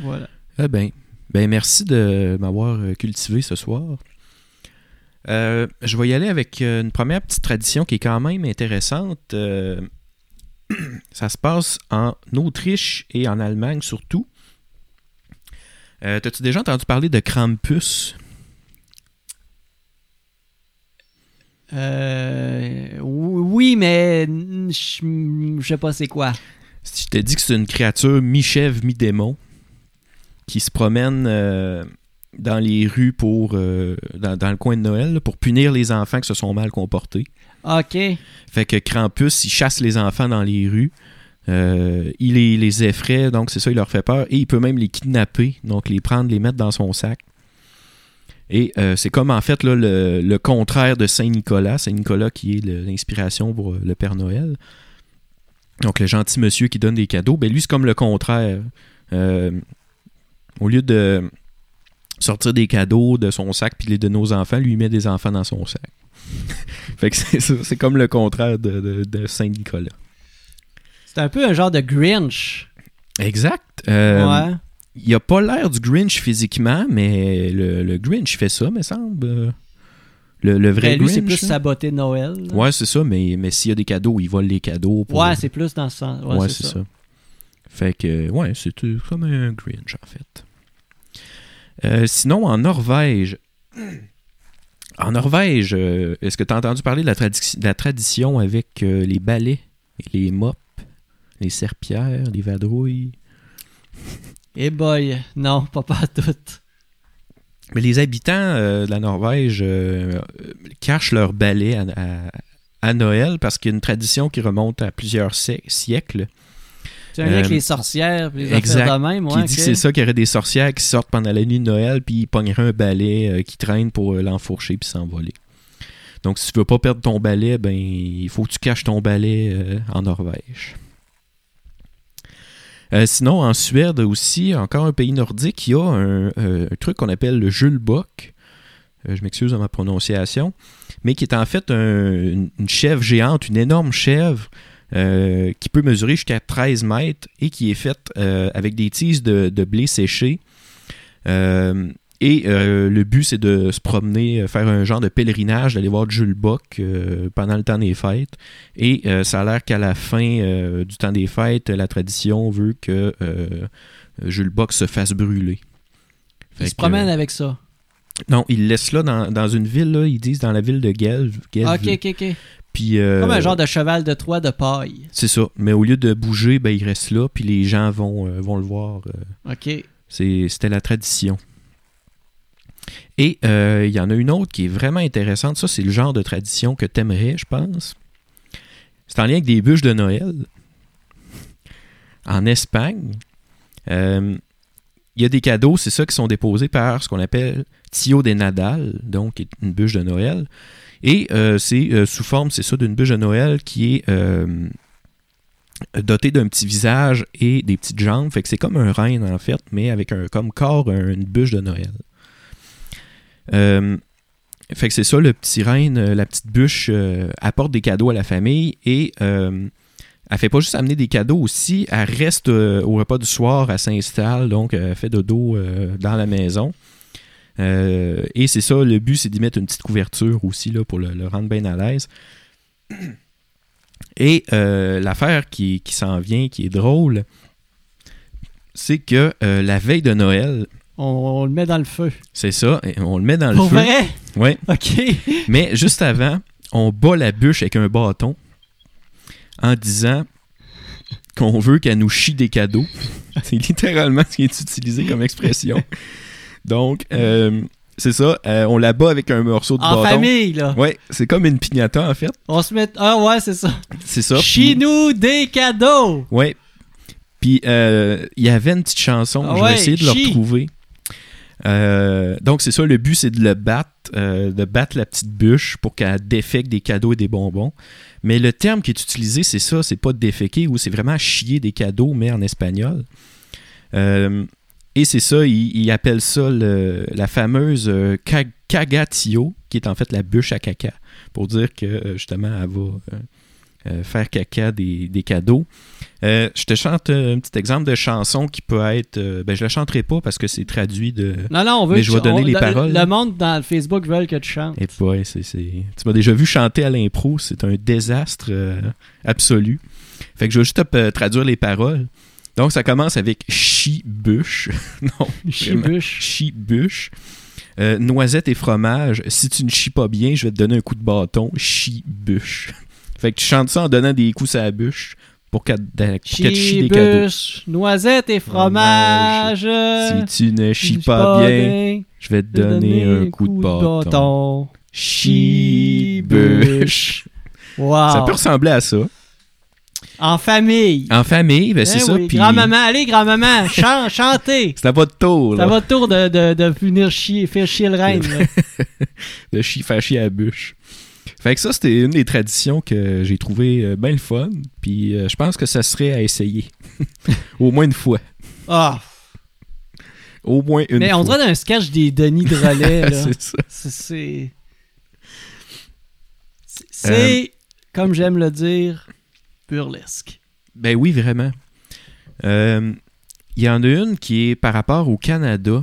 Speaker 1: Voilà.
Speaker 2: Eh ben, ben merci de m'avoir euh, cultivé ce soir. Euh, je vais y aller avec euh, une première petite tradition qui est quand même intéressante. Euh, [CLEARS THROAT] ça se passe en Autriche et en Allemagne surtout. Euh, T'as-tu déjà entendu parler de Krampus?
Speaker 1: Euh, oui, mais mm, je je sais pas c'est quoi.
Speaker 2: Si je te dis que c'est une créature mi-chèvre, mi-démon, qui se promène euh, dans les rues pour euh, dans, dans le coin de Noël là, pour punir les enfants qui se sont mal comportés.
Speaker 1: Ok.
Speaker 2: Fait que Krampus, il chasse les enfants dans les rues. Euh, il les, les effraie, donc c'est ça, il leur fait peur. Et il peut même les kidnapper, donc les prendre, les mettre dans son sac. Et euh, c'est comme en fait là, le, le contraire de Saint-Nicolas. Saint-Nicolas qui est le- l'inspiration pour euh, le Père Noël. Donc le gentil monsieur qui donne des cadeaux. Ben lui, c'est comme le contraire. Euh, au lieu de sortir des cadeaux de son sac puis de les donner aux enfants, lui, il met des enfants dans son sac. Fait que [LAUGHS] c'est ça, c'est comme le contraire de, de- de Saint-Nicolas.
Speaker 1: C'est un peu un genre de Grinch.
Speaker 2: Exact. Euh,
Speaker 1: ouais.
Speaker 2: il a pas l'air du Grinch physiquement, mais le, le Grinch fait ça, me semble. Le, le vrai
Speaker 1: Ben, lui,
Speaker 2: Grinch.
Speaker 1: c'est plus
Speaker 2: là.
Speaker 1: saboter Noël. là.
Speaker 2: Ouais, c'est ça, mais, mais s'il y a des cadeaux, il vole les cadeaux. Pour...
Speaker 1: Ouais, c'est plus dans ce sens. Ouais,
Speaker 2: Ouais,
Speaker 1: c'est ça.
Speaker 2: Fait que, ouais, c'est euh, comme un Grinch, en fait. Euh, sinon, en Norvège. En Norvège, euh, est-ce que tu as entendu parler de la, tradi- de la tradition avec euh, les balais, et les mops, les serpillères, les vadrouilles
Speaker 1: Et Eh boy, non, pas pas toutes.
Speaker 2: Mais les habitants euh, de la Norvège euh, euh, cachent leurs balais à, à- à Noël parce qu'il y a une tradition qui remonte à plusieurs sie- siècles.
Speaker 1: Tu as un lien avec
Speaker 2: Euh,
Speaker 1: les sorcières, puis les
Speaker 2: exact,
Speaker 1: affaires de même, ouais.
Speaker 2: qui dit
Speaker 1: ok.
Speaker 2: que c'est ça qu'il y aurait des sorcières qui sortent pendant la nuit de Noël puis ils pogneraient un balai euh, qui traîne pour euh, l'enfourcher puis s'envoler. Donc si tu veux pas perdre ton balai, ben il faut que tu caches ton balai euh, en Norvège. Euh, sinon, en Suède aussi, encore un pays nordique, il y a un, euh, un truc qu'on appelle le Julbok. Euh, je m'excuse dans ma prononciation, mais qui est en fait un- une, une chèvre géante, une énorme chèvre euh, qui peut mesurer jusqu'à 13 mètres et qui est faite euh, avec des tiges de, de blé séché. Euh, et euh, le but, c'est de se promener, euh, faire un genre de pèlerinage, d'aller voir Jules Bock euh, pendant le temps des fêtes. Et euh, ça a l'air qu'à la fin euh, du temps des fêtes, la tradition veut que euh, Jules Bock se fasse brûler. Fait
Speaker 1: Ils se
Speaker 2: que- euh,
Speaker 1: promènent avec ça.
Speaker 2: non, ils le laissent là dans, dans une ville, là, ils disent dans la ville de Guelph. Guelph.
Speaker 1: Ah, Ok, ok, ok.
Speaker 2: Puis, euh,
Speaker 1: Comme un genre de cheval de Troie de paille.
Speaker 2: C'est ça. Mais au lieu de bouger, ben, il reste là, puis les gens vont, euh, vont le voir. euh,
Speaker 1: Ok.
Speaker 2: c'est- C'était la tradition. Et euh, il y en a une autre qui est vraiment intéressante. Ça, c'est le genre de tradition que t'aimerais, je pense. C'est en lien avec des bûches de Noël. En Espagne, euh, il y a des cadeaux, c'est ça, qui sont déposés par ce qu'on appelle Tio de Nadal, donc qui est une bûche de Noël. Et euh, c'est euh, sous forme, c'est ça, d'une bûche de Noël qui est euh, dotée d'un petit visage et des petites jambes. Fait que c'est comme un renne, en fait, mais avec un comme corps, un- une bûche de Noël. Euh, fait que c'est ça, le petit renne, euh, la petite bûche euh, apporte des cadeaux à la famille et euh, elle fait pas juste amener des cadeaux aussi, elle reste euh, au repas du soir, elle s'installe, donc euh, elle fait dodo euh, dans la maison. Euh, et c'est ça, le but c'est d'y mettre une petite couverture aussi là, pour le, le rendre bien à l'aise. Et euh, l'affaire qui, qui s'en vient, qui est drôle, c'est que euh, la veille de Noël,
Speaker 1: On, on le met dans le feu.
Speaker 2: c'est ça, et on le met dans le
Speaker 1: Pour
Speaker 2: feu.
Speaker 1: vrai?
Speaker 2: Ouais.
Speaker 1: Ok.
Speaker 2: Mais juste avant, on bat la bûche avec un bâton en disant qu'on veut qu'elle nous chie des cadeaux. [LAUGHS] C'est littéralement ce qui est utilisé comme expression. Donc, euh, c'est ça, euh, on la bat avec un morceau de
Speaker 1: En
Speaker 2: bâton.
Speaker 1: famille, là.
Speaker 2: Ouais, c'est comme une pignata en fait.
Speaker 1: On se met. Ah ouais, c'est ça.
Speaker 2: C'est ça. puis-
Speaker 1: Chie-nous des cadeaux!
Speaker 2: Ouais. Puis euh, il y avait une petite chanson,
Speaker 1: Ah
Speaker 2: je
Speaker 1: ouais,
Speaker 2: vais essayer de la
Speaker 1: chi.
Speaker 2: retrouver. Euh, donc c'est ça, le but c'est de le battre, euh, de battre la petite bûche pour qu'elle défèque des cadeaux et des bonbons. Mais le terme qui est utilisé, c'est ça, c'est pas déféquer ou c'est vraiment chier des cadeaux, mais en espagnol. Euh, et c'est ça, il, il appelle ça le- la fameuse euh, ca- cagatio, qui est en fait la bûche à caca, pour dire que euh, justement elle va euh, euh, faire caca des, des cadeaux. Euh, je te chante euh, un petit exemple de chanson qui peut être. euh, ben, je la chanterai pas parce que c'est traduit de.
Speaker 1: Non, non, on veut
Speaker 2: Mais
Speaker 1: que
Speaker 2: je vais
Speaker 1: tu-
Speaker 2: donner
Speaker 1: on-
Speaker 2: les
Speaker 1: le-
Speaker 2: paroles.
Speaker 1: Le monde dans le Facebook veulent que tu chantes.
Speaker 2: Et ouais, eh c'est, c'est- Tu m'as déjà vu chanter à l'impro, c'est un désastre euh, absolu. Fait que je vais juste euh, traduire les paroles. Donc ça commence avec chi-bûche. [LAUGHS] non, vraiment.
Speaker 1: Chibuche.
Speaker 2: chie bûche. Euh, noisette et fromage. Si tu ne chies pas bien, je vais te donner un coup de bâton. Chie bûche. [LAUGHS] Fait que tu chantes ça en donnant des coups à la bûche pour qu'elle pour qu'elle te chie des cadeaux.
Speaker 1: Chibuche. Noisette et fromage.
Speaker 2: Si tu ne chies
Speaker 1: Chie
Speaker 2: pas bien, je vais te donner un coup de bâton. Chie bûche.
Speaker 1: Wow.
Speaker 2: Ça peut ressembler à ça.
Speaker 1: En famille.
Speaker 2: En famille, ben c'est
Speaker 1: Eh
Speaker 2: ça.
Speaker 1: oui,
Speaker 2: puis
Speaker 1: Grand-maman, allez, grand-maman,
Speaker 2: [LAUGHS]
Speaker 1: chan- chantez.
Speaker 2: C'est à votre tour
Speaker 1: Ça
Speaker 2: là,
Speaker 1: va tour de, de, de venir chier, faire chier le reine. là.
Speaker 2: de chier, faire chier à la bûche. Fait que ça, c'était une des traditions que j'ai trouvé euh, ben le fun. Puis euh, je pense que ça serait à essayer. [LAUGHS] Au moins une fois.
Speaker 1: Ah,
Speaker 2: Au moins [LAUGHS] une
Speaker 1: mais
Speaker 2: fois.
Speaker 1: on dirait d'un sketch des Denis de
Speaker 2: [LAUGHS]
Speaker 1: relais. là.
Speaker 2: c'est ça.
Speaker 1: C'est- C'est. c'est-
Speaker 2: Euh,
Speaker 1: C'est, comme j'aime le dire, burlesque.
Speaker 2: Ben oui, vraiment. Euh, Il Il y en a une qui est par rapport au Canada.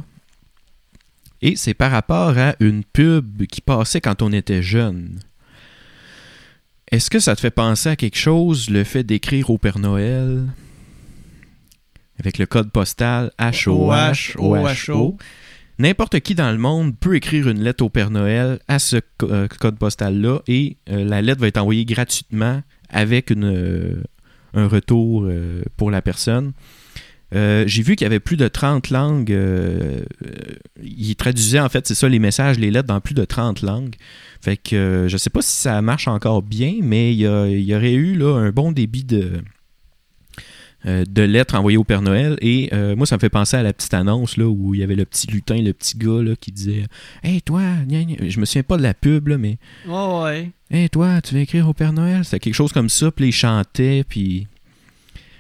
Speaker 2: Et c'est par rapport à une pub qui passait quand on était jeune. Est-ce que ça te fait penser à quelque chose, le fait d'écrire au Père Noël avec le code postal HOHOHO? N'importe qui dans le monde peut écrire une lettre au Père Noël à ce co- euh, code postal-là et euh, la lettre va être envoyée gratuitement avec une, euh, un retour euh, pour la personne. Euh, J'ai vu qu'il y avait plus de 30 langues. euh, euh, il traduisait, en fait, c'est ça, les messages, les lettres dans plus de 30 langues. Fait que euh, je sais pas si ça marche encore bien, mais il y, a- il y aurait eu là, un bon débit de, euh, de lettres envoyées au Père Noël. Et euh, moi, ça me fait penser à la petite annonce là, où il y avait le petit lutin, le petit gars là, qui disait Hey, toi, gna, gna. je me souviens pas de la pub, là, mais
Speaker 1: Ouais, ouais.
Speaker 2: Hey, toi, tu vas écrire au Père Noël? C'était quelque chose comme ça, puis là, il chantait, puis.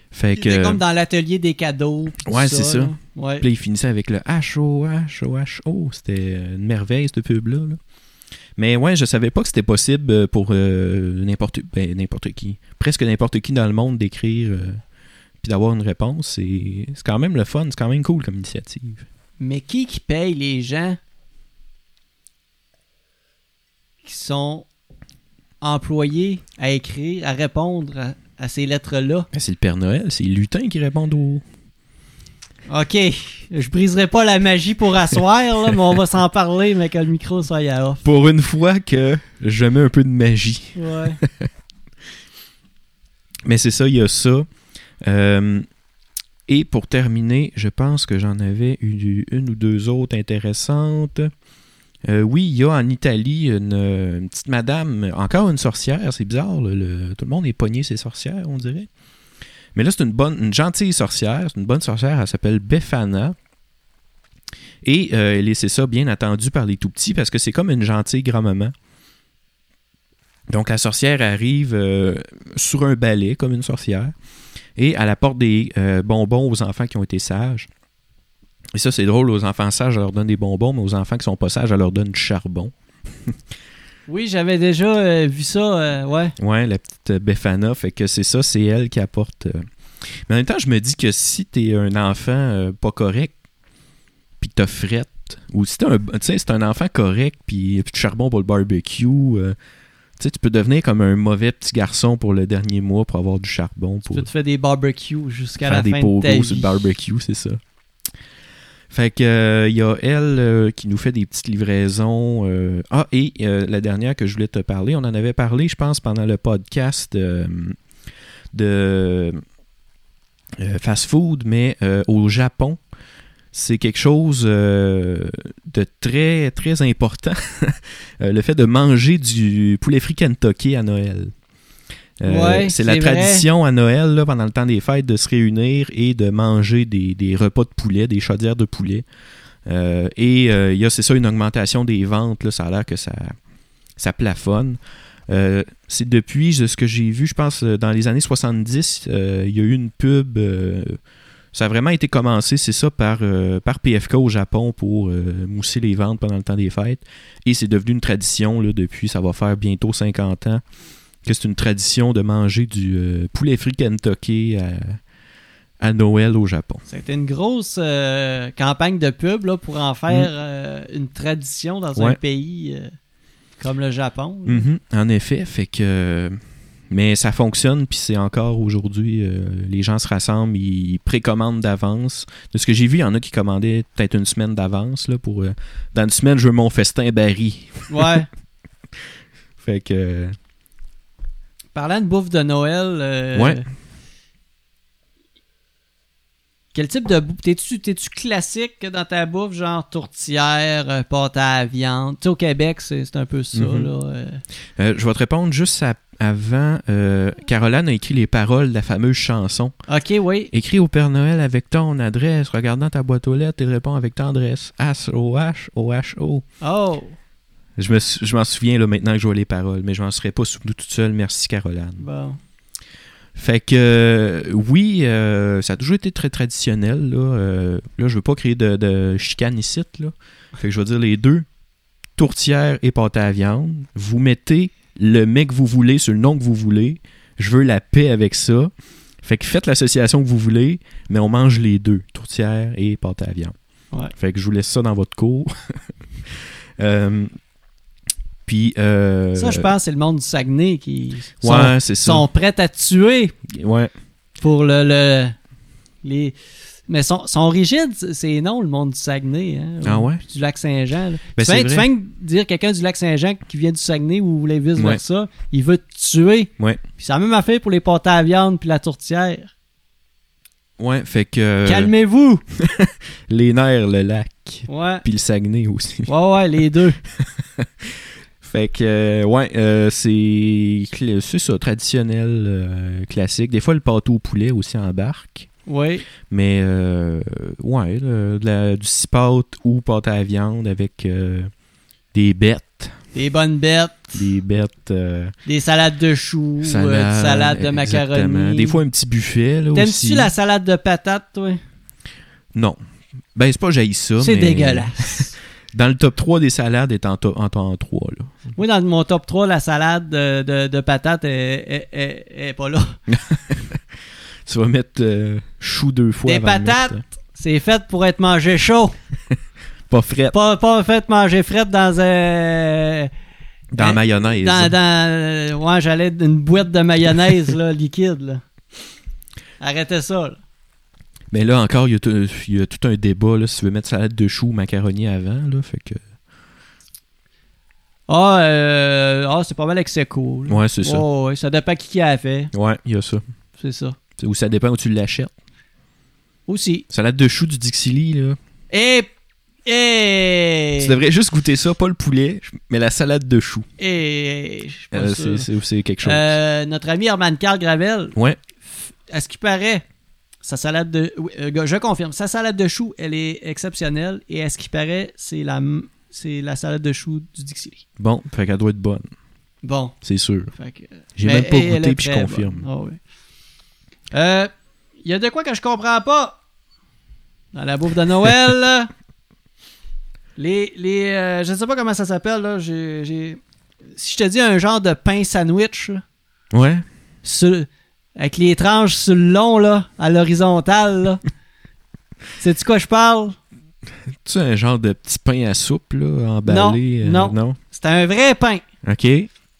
Speaker 2: Fait
Speaker 1: C'était
Speaker 2: que.
Speaker 1: comme dans l'atelier des cadeaux. puis tout
Speaker 2: Ouais, c'est ça.
Speaker 1: là. Ouais.
Speaker 2: Puis là, il finissait avec le H-O-H-O-H-O. C'était euh, une merveille, cette pub-là. là. Mais ouais, je savais pas que c'était possible euh, pour euh, n'importe ben, n'importe qui, presque n'importe qui dans le monde d'écrire euh, puis d'avoir une réponse. Et c'est quand même le fun, c'est quand même cool comme initiative.
Speaker 1: Mais qui qui paye les gens qui sont employés à écrire, à répondre à, à ces lettres-là?
Speaker 2: Ben, c'est le Père Noël, c'est les lutins qui répondent au.
Speaker 1: OK, je briserai pas la magie pour asseoir, là, mais on va s'en parler, mais que le micro soit à off.
Speaker 2: Pour une fois que je mets un peu de magie.
Speaker 1: Ouais.
Speaker 2: Mais c'est ça, il y a ça. Euh, et pour terminer, je pense que j'en avais eu une ou deux autres intéressantes. Euh, oui, il y a en Italie une, euh, une petite madame, encore une sorcière, c'est bizarre, là, le- tout le monde est pogné ses sorcières, on dirait. Mais là, c'est une bonne, une gentille sorcière, c'est une bonne sorcière, elle s'appelle Befana. Et euh, elle est, c'est ça, bien attendue par les tout-petits, parce que c'est comme une gentille grand-maman. Donc la sorcière arrive euh, sur un balai comme une sorcière et elle apporte des euh, bonbons aux enfants qui ont été sages. Et ça, c'est drôle, aux enfants sages, elle leur donne des bonbons, mais aux enfants qui sont pas sages, elle leur donne du charbon.
Speaker 1: Oui, j'avais déjà euh, vu ça, euh, ouais.
Speaker 2: Ouais, la petite euh, Befana, fait que c'est ça, c'est elle qui apporte. euh. Mais en même temps, je me dis que si t'es un enfant euh, pas correct, puis que t'as frette, ou si t'es un, tu sais, si t'es un enfant correct, puis y a plus de charbon pour le barbecue, euh, tu sais, tu peux devenir comme un mauvais petit garçon pour le dernier mois pour avoir du charbon.
Speaker 1: Tu
Speaker 2: Pour...
Speaker 1: peux te faire des barbecues jusqu'à la
Speaker 2: faire
Speaker 1: fin
Speaker 2: des
Speaker 1: de ta
Speaker 2: pogos
Speaker 1: vie.
Speaker 2: sur le barbecue, c'est ça. Fait que euh, il y a elle euh, qui nous fait des petites livraisons. euh, Ah, et euh, la dernière que je voulais te parler, on en avait parlé, je pense, pendant le podcast euh, de euh, fast food, mais euh, au Japon. C'est quelque chose euh, de très, très important. [LAUGHS] Euh, le fait de manger du poulet frit Kentucky à Noël. Euh,
Speaker 1: Ouais,
Speaker 2: c'est la
Speaker 1: c'est vrai.
Speaker 2: tradition à Noël, là, pendant le temps des fêtes, de se réunir et de manger des, des repas de poulet, des chaudières de poulet. Euh, et euh, il y a, c'est ça, une augmentation des ventes. là. ça a l'air que ça, ça plafonne. Euh, c'est depuis je- ce que j'ai vu, je pense, euh, dans les années 70, euh, il y a eu une pub. euh, ça a vraiment été commencé, c'est ça, par, euh, par PFK au Japon pour euh, mousser les ventes pendant le temps des fêtes. Et c'est devenu une tradition là, depuis, ça va faire bientôt 50 ans, que c'est une tradition de manger du euh, poulet frit Kentucky à, à Noël au Japon.
Speaker 1: C'était une grosse euh, campagne de pub là, pour en faire euh, une tradition dans un
Speaker 2: Mm. Ouais.
Speaker 1: pays euh, comme le Japon. là.
Speaker 2: Mhm, en effet, fait que. Mais ça fonctionne, puis c'est encore aujourd'hui, euh, les gens se rassemblent, ils précommandent d'avance. De ce que j'ai vu, il y en a qui commandaient peut-être une semaine d'avance, là, pour... euh, dans une semaine, je veux mon festin Barry.
Speaker 1: [LAUGHS] Ouais.
Speaker 2: Fait que... euh,
Speaker 1: Parlant de bouffe de Noël. euh,
Speaker 2: Ouais.
Speaker 1: Quel type de bouffe T'es-tu t'es-tu classique dans ta bouffe, genre tourtière, euh, pâte à la viande Tu sais, au Québec, c'est c'est un peu ça.
Speaker 2: Mhm.
Speaker 1: là, euh.
Speaker 2: euh, je vais te répondre juste à- avant. euh, Caroline a écrit les paroles de la fameuse chanson.
Speaker 1: Ok, oui.
Speaker 2: Écris au Père Noël avec ton adresse, regardant ta boîte aux lettres, il répond avec tendresse. H-O-H-O-H-O.
Speaker 1: Oh
Speaker 2: Je me sou- je m'en souviens là, maintenant que je vois les paroles, mais je m'en serais pas souvenu toute seule. Merci, Caroline.
Speaker 1: Bon.
Speaker 2: Fait que euh, oui, euh, ça a toujours été très traditionnel. Là, Euh, là je veux pas créer de, de chicane ici. Là. Fait que je vais dire les deux. Tourtière et pâte à la viande. Vous mettez le mec que vous voulez sur le nom que vous voulez. Je veux la paix avec ça. Fait que faites l'association que vous voulez, mais on mange les deux. Tourtière croûtière et pâte à viande.
Speaker 1: Ouais.
Speaker 2: Fait que je vous laisse ça dans votre cours. [LAUGHS] Euh, puis. euh,
Speaker 1: Ça, je pense, c'est le monde du Saguenay qui sont,
Speaker 2: Ouais, c'est ça.
Speaker 1: sont prêts à tuer
Speaker 2: Ouais.
Speaker 1: pour le. le- les... Mais sont, sont rigides, c'est non, le monde du Saguenay. Hein,
Speaker 2: Ah
Speaker 1: ou
Speaker 2: ouais?
Speaker 1: Du lac Saint-Jean. là.
Speaker 2: Ben,
Speaker 1: tu
Speaker 2: c'est
Speaker 1: fais, tu
Speaker 2: vrai.
Speaker 1: fais que dire quelqu'un du lac Saint-Jean qui vient du Saguenay ou les vice-versa, il veut te tuer.
Speaker 2: Ouais.
Speaker 1: Puis c'est la même affaire pour les pâtes à viande puis la tourtière.
Speaker 2: Ouais, fait que. euh,
Speaker 1: Calmez-vous!
Speaker 2: Les nerfs, le lac.
Speaker 1: Ouais.
Speaker 2: Puis le Saguenay aussi. [LAUGHS]
Speaker 1: Ouais, ouais, les deux.
Speaker 2: Fait que, euh, ouais, euh, c'est cl- c'est ça, traditionnel, euh, classique. Des fois, le pâteau au poulet aussi embarque.
Speaker 1: Oui.
Speaker 2: Mais, euh, ouais, le- de la- du six pâtes ou pâte à la viande avec euh, des bêtes.
Speaker 1: Des bonnes bêtes,
Speaker 2: Des bêtes. euh,
Speaker 1: des salades de choux, euh, des
Speaker 2: salades,
Speaker 1: salades de
Speaker 2: exactement.
Speaker 1: macaroni.
Speaker 2: Des fois, un petit buffet, là, aussi.
Speaker 1: T'aimes-tu la salade de patates, toi?
Speaker 2: Non. Ben, c'est pas j'aille ça.
Speaker 1: C'est
Speaker 2: mais
Speaker 1: dégueulasse.
Speaker 2: Dans le top 3 des salades, est en, to- en, en 3, là.
Speaker 1: Moi, dans mon top 3, la salade de, de, de patates est, est- est- est pas là. [LAUGHS]
Speaker 2: Tu vas mettre euh, chou deux fois.
Speaker 1: Des
Speaker 2: avant de
Speaker 1: patates.
Speaker 2: mettre,
Speaker 1: C'est fait pour être mangé chaud.
Speaker 2: euh, pas frais.
Speaker 1: Pas, pas fait manger frette dans un.
Speaker 2: Dans la
Speaker 1: Ben,
Speaker 2: mayonnaise.
Speaker 1: Dans, dans- ouais, j'allais une boîte de mayonnaise là, [LAUGHS] liquide. là. Arrêtez ça. là.
Speaker 2: Mais là encore, il y, a tout- il y a tout un débat là, si tu veux mettre salade de choux ou macaroni avant. Là, fait que...
Speaker 1: Ah, euh, ah, c'est pas mal avec seco. là. Oh,
Speaker 2: Ouais, c'est ça.
Speaker 1: Ouais, ouais, ça dépend qui qui a fait.
Speaker 2: Ouais, il y a ça.
Speaker 1: C'est ça.
Speaker 2: C'est- Ou ça dépend où tu l'achètes.
Speaker 1: Aussi.
Speaker 2: Salade de choux du Dixili, là.
Speaker 1: Et. Et.
Speaker 2: Tu devrais juste goûter ça, pas le poulet, mais la salade de choux.
Speaker 1: Et. je suis pas
Speaker 2: Euh,
Speaker 1: sûr.
Speaker 2: c'est- c'est c'est quelque chose.
Speaker 1: Euh, notre ami Herman Carl Gravel,
Speaker 2: Ouais,
Speaker 1: à ce qui paraît, sa salade de. oui, euh, je confirme, sa salade de choux, elle est exceptionnelle. Et à ce qui paraît, c'est la, m- c'est la salade de choux du Dixili.
Speaker 2: bon, fait qu'elle doit être bonne,
Speaker 1: Bon.
Speaker 2: c'est sûr.
Speaker 1: Fait que-
Speaker 2: J'ai
Speaker 1: mais
Speaker 2: même pas
Speaker 1: elle est
Speaker 2: goûté, puis je
Speaker 1: très
Speaker 2: confirme.
Speaker 1: bonne. Ah ouais. Euh, Il y a de quoi que je comprends pas dans la bouffe de
Speaker 2: [LAUGHS]
Speaker 1: Noël. les. les euh, je sais pas comment ça s'appelle. là, j'ai- j'ai- Si je te dis un genre de pain sandwich. là,
Speaker 2: Ouais,
Speaker 1: sur- avec les tranches sur le long, là, à l'horizontale,
Speaker 2: [LAUGHS]
Speaker 1: là. Sais-tu quoi je parle?
Speaker 2: tu sais, un genre de petit pain à soupe, là, emballé. euh,
Speaker 1: non. C'est un vrai pain.
Speaker 2: Ok,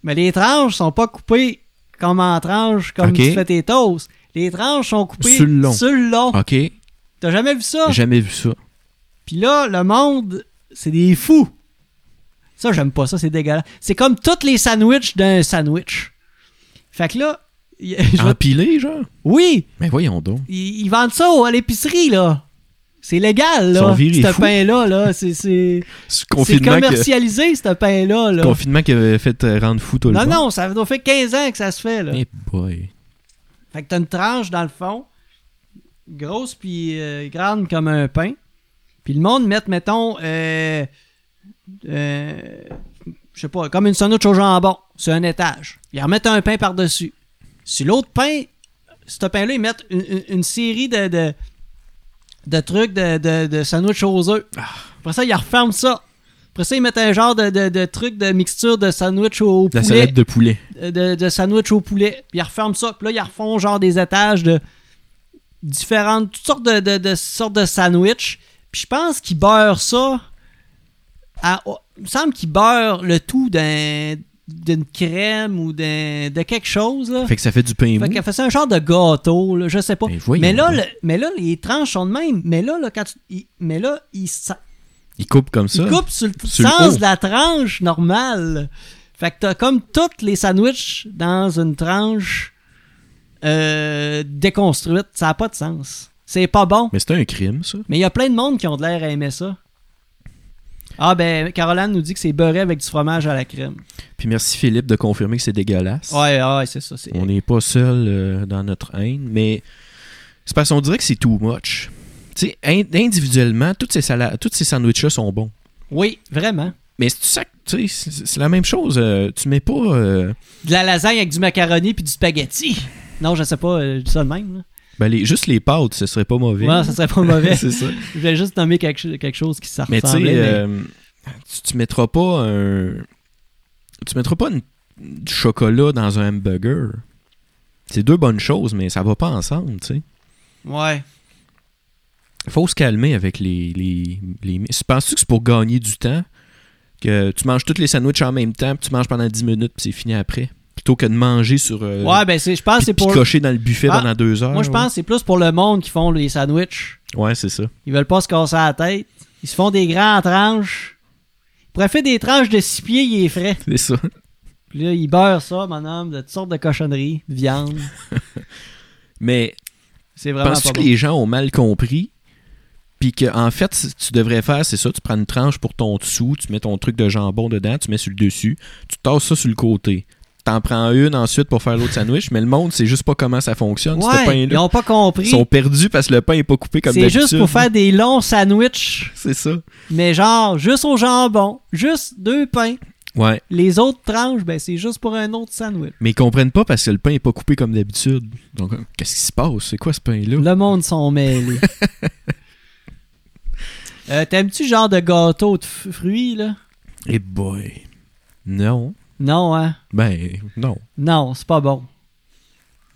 Speaker 1: Mais les tranches sont pas coupées comme en tranches, comme
Speaker 2: Ok.
Speaker 1: tu fais tes toasts. Les tranches sont coupées
Speaker 2: Sur le long.
Speaker 1: long.
Speaker 2: ok,
Speaker 1: T'as jamais vu ça?
Speaker 2: jamais vu ça.
Speaker 1: Puis là, le monde, c'est des fous. Ça, j'aime pas ça, c'est dégueulasse. C'est comme tous les sandwichs d'un sandwich. Fait que là, y- [LAUGHS] je vais-
Speaker 2: Empilé, genre?
Speaker 1: oui,
Speaker 2: Mais voyons donc.
Speaker 1: Ils, ils vendent ça au- à l'épicerie, là. C'est légal,
Speaker 2: Ils sont
Speaker 1: là.
Speaker 2: virés
Speaker 1: Ce
Speaker 2: fous.
Speaker 1: pain-là, là. C'est, c'est,
Speaker 2: Ce
Speaker 1: c'est
Speaker 2: confinement, que-
Speaker 1: commercialisé, ce pain-là, là.
Speaker 2: confinement qui avait fait euh, rendre fou tout le
Speaker 1: Non,
Speaker 2: monde.
Speaker 1: non, ça fait 15 ans que ça se fait, là.
Speaker 2: Eh boy.
Speaker 1: Fait que t'as une tranche dans le fond, grosse puis euh, grande comme un pain. Puis le monde met, mettons, euh, euh, je sais pas, comme une sandwich au jambon, sur un étage. Ils remettent un pain par-dessus. Sur l'autre pain, ce pain-là, ils mettent une, une- une série de, de, de trucs de, de, de sandwich aux œufs. Après ça, ils referment ça. Après ça, ils mettent un genre de, de, de truc de mixture de sandwich au, au
Speaker 2: La
Speaker 1: poulet
Speaker 2: salade de poulet.
Speaker 1: de, de sandwich au poulet. Puis ils referment ça. Puis là, ils refont genre des étages de différentes, toutes sortes de, de, de sortes de sandwich. Puis je pense qu'ils beurrent ça. À, oh, il me semble qu'ils beurrent le tout d'un- d'une crème ou d'un- de quelque chose. Là.
Speaker 2: Fait que ça fait du pain
Speaker 1: Ah. Fait
Speaker 2: mou.
Speaker 1: qu'elle fait ça un genre de gâteau, là, je sais pas.
Speaker 2: Ben voyons
Speaker 1: mais, là,
Speaker 2: donc.
Speaker 1: le- mais là, les tranches sont de même. Mais là, là, quand tu- ils- mais là ils, sa-
Speaker 2: Il coupe comme ça.
Speaker 1: il coupe sur le
Speaker 2: Sur le
Speaker 1: sens
Speaker 2: haut.
Speaker 1: de la tranche normale. Fait que t'as comme toutes les sandwichs dans une tranche euh, déconstruite. Ça n'a pas de sens. C'est pas bon.
Speaker 2: Mais c'est un crime, ça.
Speaker 1: Mais il y a plein de monde qui ont de l'air à aimer ça. Ah ben, Caroline nous dit que c'est beurré avec du fromage à la crème.
Speaker 2: Puis merci Philippe de confirmer que c'est dégueulasse.
Speaker 1: Ouais, ouais, c'est ça. c'est-
Speaker 2: On n'est pas seul euh, dans notre haine, mais c'est parce qu'on dirait que c'est too much. Tu sais, in- individuellement, toutes ces, salades, toutes ces sandwichs-là sont bons.
Speaker 1: Oui, vraiment.
Speaker 2: Mais c'est ça que- tu sais, c'est c'est la même chose. euh, tu mets pas. euh,
Speaker 1: De la lasagne avec du macaroni puis du spaghetti. Non, je sais pas, euh, je dis ça de même. là.
Speaker 2: ben les- juste les pâtes, ce serait pas mauvais.
Speaker 1: Ouais, ça serait pas mauvais.
Speaker 2: [LAUGHS] c'est ça.
Speaker 1: Je vais juste nommer quelque, cho- quelque chose qui s'en
Speaker 2: Mais tu sais,
Speaker 1: ressemblait. mais-
Speaker 2: euh, tu, tu mettras pas un. Tu mettras pas une- du chocolat dans un hamburger. C'est deux bonnes choses, mais ça va pas ensemble, tu sais.
Speaker 1: Ouais.
Speaker 2: faut se calmer avec les. les, les... Penses-tu que c'est pour gagner du temps que tu manges tous les sandwichs en même temps, puis tu manges pendant 10 minutes, puis c'est fini après? Plutôt que de manger sur. euh,
Speaker 1: ouais, ben c'est- je pense que c'est
Speaker 2: puis
Speaker 1: pour.
Speaker 2: de cocher dans le buffet
Speaker 1: Ah,
Speaker 2: pendant deux heures.
Speaker 1: Moi, je
Speaker 2: ouais.
Speaker 1: pense que c'est plus pour le monde qui font les sandwichs.
Speaker 2: Ouais, c'est ça. [LAUGHS]
Speaker 1: Ils veulent pas se casser la tête. Ils se font des grandes tranches. Ils pourraient faire des tranches de six pieds, il est frais.
Speaker 2: C'est ça.
Speaker 1: Puis là, ils beurrent ça, mon homme, de toutes sortes de cochonneries, de viande.
Speaker 2: Mais
Speaker 1: C'est vraiment
Speaker 2: penses-tu
Speaker 1: pas
Speaker 2: que
Speaker 1: bon.
Speaker 2: les gens ont mal compris? Puis que, en fait, c- tu devrais faire, c'est ça, tu prends une tranche pour ton dessous, tu mets ton truc de jambon dedans, tu mets sur le dessus, tu tasses ça sur le côté. T'en prends une ensuite pour faire l'autre sandwich, mais le monde sait juste pas comment ça fonctionne, ce
Speaker 1: Ouais, ils
Speaker 2: pain-là.
Speaker 1: ont pas
Speaker 2: Ils
Speaker 1: compris.
Speaker 2: sont perdus parce que le pain est pas coupé comme
Speaker 1: C'est
Speaker 2: d'habitude.
Speaker 1: juste pour faire des longs sandwichs,
Speaker 2: C'est ça.
Speaker 1: mais genre juste au jambon, juste deux pains.
Speaker 2: Ouais.
Speaker 1: Les autres tranches, ben c'est juste pour un autre sandwich.
Speaker 2: Mais ils comprennent pas parce que le pain est pas coupé comme d'habitude. Donc, euh, qu'est-ce qui se passe? C'est quoi ce pain-là?
Speaker 1: Le monde s'en
Speaker 2: [LAUGHS]
Speaker 1: mêlé. Euh, T'aimes-tu le genre de gâteau de f- fruits, là?
Speaker 2: Eh boy. Non.
Speaker 1: Non, hein?
Speaker 2: Ben, non.
Speaker 1: Non, c'est pas bon.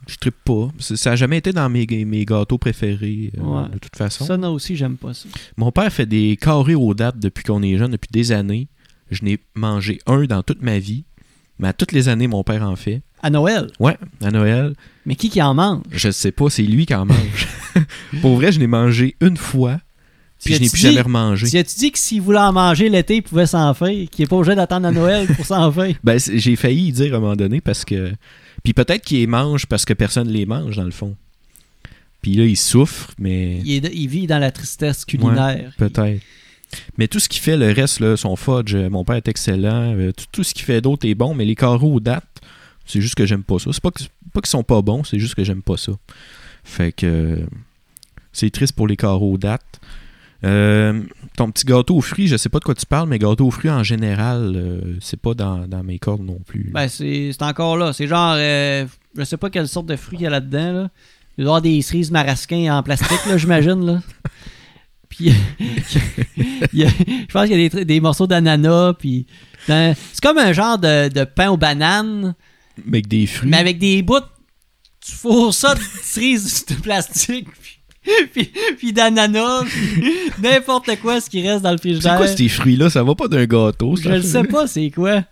Speaker 2: Je trippe pas. C'est- Ça a jamais été dans mes, mes gâteaux préférés, euh,
Speaker 1: Ouais.
Speaker 2: de toute façon.
Speaker 1: Ça, non, aussi, j'aime pas ça.
Speaker 2: Mon père fait des carrés aux dates depuis qu'on est jeune, depuis des années. Je n'ai mangé un dans toute ma vie. Mais à toutes les années, mon père en fait.
Speaker 1: À Noël.
Speaker 2: Ouais, à Noël.
Speaker 1: Mais qui qui en mange?
Speaker 2: Je sais pas, c'est lui qui
Speaker 1: [LAUGHS]
Speaker 2: en mange. Pour vrai, je n'ai mangé une fois,
Speaker 1: Tu
Speaker 2: puis je n'ai
Speaker 1: as-tu
Speaker 2: plus
Speaker 1: dit-
Speaker 2: jamais remangé.
Speaker 1: Tu as-tu dit que s'il voulait en manger l'été, il pouvait s'en faire? Qu'il est pas obligé d'attendre à Noël pour s'en faire?
Speaker 2: Ben, c'est- j'ai failli y dire à un moment donné parce que. Puis peut-être qu'il les mange parce que personne les mange, dans le fond. Puis là, il souffre, mais
Speaker 1: Il, est- il vit dans la tristesse culinaire.
Speaker 2: peut-être. Mais tout ce qu'il fait, le reste, là, son fudge, euh, mon père est excellent. euh, Tout, tout ce qu'il fait d'autre est bon, mais les carreaux aux dates, c'est juste que j'aime pas ça. C'est pas que- c'est pas qu'ils sont pas bons, c'est juste que j'aime pas ça. Fait que. euh, C'est triste pour les carreaux aux dates. Euh, ton petit gâteau aux fruits, je sais pas de quoi tu parles, mais gâteau aux fruits en général, euh, c'est pas dans, dans mes cordes non plus. là.
Speaker 1: Ben, c'est c'est encore là. C'est genre, euh, je sais pas quelle sorte de fruit il y a là-dedans. Là. Il doit y avoir des cerises marasquins en plastique, là, j'imagine. Là. [LAUGHS] Puis, [LAUGHS] il y a- je pense qu'il y a des, tr- des morceaux d'ananas. Puis, dans- c'est comme un genre de, de pain aux bananes,
Speaker 2: Mais avec des fruits.
Speaker 1: mais avec des bouts. Tu fourres ça de cerises de [LAUGHS] plastique, puis, puis, puis d'ananas, puis n'importe quoi ce qui reste dans le
Speaker 2: C'est
Speaker 1: frigidaire.
Speaker 2: quoi ces fruits-là? Ça va pas d'un gâteau,
Speaker 1: je
Speaker 2: ça?
Speaker 1: le sais pas, c'est quoi.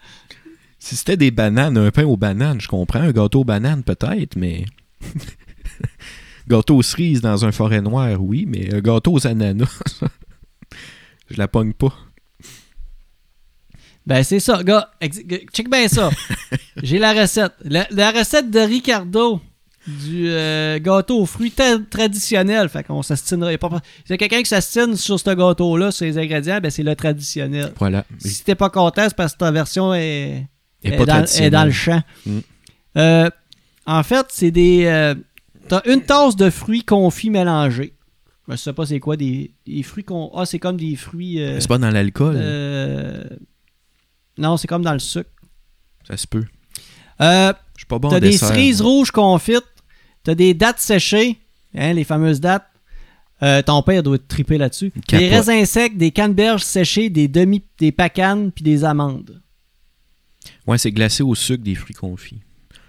Speaker 2: Si c'était des bananes, un pain aux bananes, je comprends. Un gâteau aux bananes, peut-être, mais... [LAUGHS] gâteau aux cerises dans un forêt noire, oui, mais un gâteau aux ananas, [LAUGHS] je la pogne pas.
Speaker 1: Ben, c'est ça, gars. Ex- g- Check bien
Speaker 2: [LAUGHS]
Speaker 1: ça. J'ai la recette. La, la recette de Ricardo du euh, gâteau aux fruits tra- traditionnel. Fait qu'on s'astinera. y a pas- Si y a quelqu'un qui s'astine sur ce gâteau-là, sur les ingrédients, ben c'est le traditionnel.
Speaker 2: Voilà.
Speaker 1: Si t'es pas content, c'est parce que ta version est,
Speaker 2: Et
Speaker 1: est
Speaker 2: pas
Speaker 1: dans, est
Speaker 2: traditionnel.
Speaker 1: dans le champ.
Speaker 2: Mm.
Speaker 1: Euh, en fait, c'est des. euh, t'as une tasse de fruits confits mélangés. Ben, je sais pas c'est quoi, des, des fruits qu'on. Ah, c'est comme des fruits. euh,
Speaker 2: C'est pas dans l'alcool,
Speaker 1: euh, Non, c'est comme dans le sucre.
Speaker 2: ça se peut.
Speaker 1: Euh,
Speaker 2: Je suis pas bon
Speaker 1: t'as
Speaker 2: en
Speaker 1: des
Speaker 2: dessert,
Speaker 1: cerises
Speaker 2: moi.
Speaker 1: rouges confites, t'as des dattes séchées, hein, les fameuses dates. Euh, ton père doit triper là-dessus.
Speaker 2: capote.
Speaker 1: Des raisins secs, des canneberges séchées, des demi, des pacanes puis des amandes.
Speaker 2: Ouais, c'est glacé au sucre des fruits confits.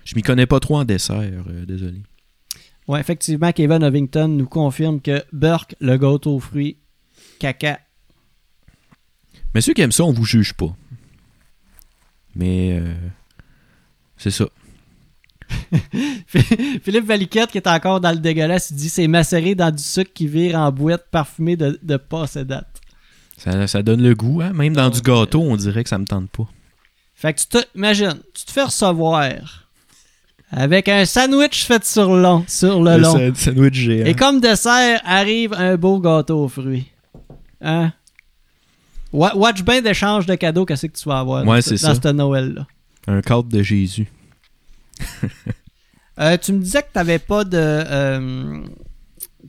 Speaker 2: Je m'y connais pas trop en dessert, euh, désolé.
Speaker 1: Ouais, effectivement, Kevin Ovington nous confirme que Burke, le gâteau aux fruits, caca. [LAUGHS]
Speaker 2: Mais ceux qui aiment ça, on vous juge pas. Mais euh, c'est ça.
Speaker 1: Philippe Valiquette, qui est encore dans le dégueulasse, il dit c'est macéré dans du sucre qui vire en boîte parfumée de, de dates.
Speaker 2: ça. Ça donne le goût, hein? Même dans
Speaker 1: Ah,
Speaker 2: du gâteau, on dirait que ça me tente pas.
Speaker 1: Fait que tu te, imagine, tu te fais recevoir avec un sandwich fait sur, long, sur le long.
Speaker 2: sa- sandwich géant.
Speaker 1: Et comme dessert arrive un beau gâteau aux fruits. Hein? Wa- Watch bien d'échange de cadeaux qu'est-ce que tu vas avoir
Speaker 2: Ouais,
Speaker 1: dans,
Speaker 2: c'est
Speaker 1: ce-
Speaker 2: ça.
Speaker 1: dans ce Noël-là.
Speaker 2: Un cadre de Jésus.
Speaker 1: Euh, tu me disais que t'avais pas de... euh,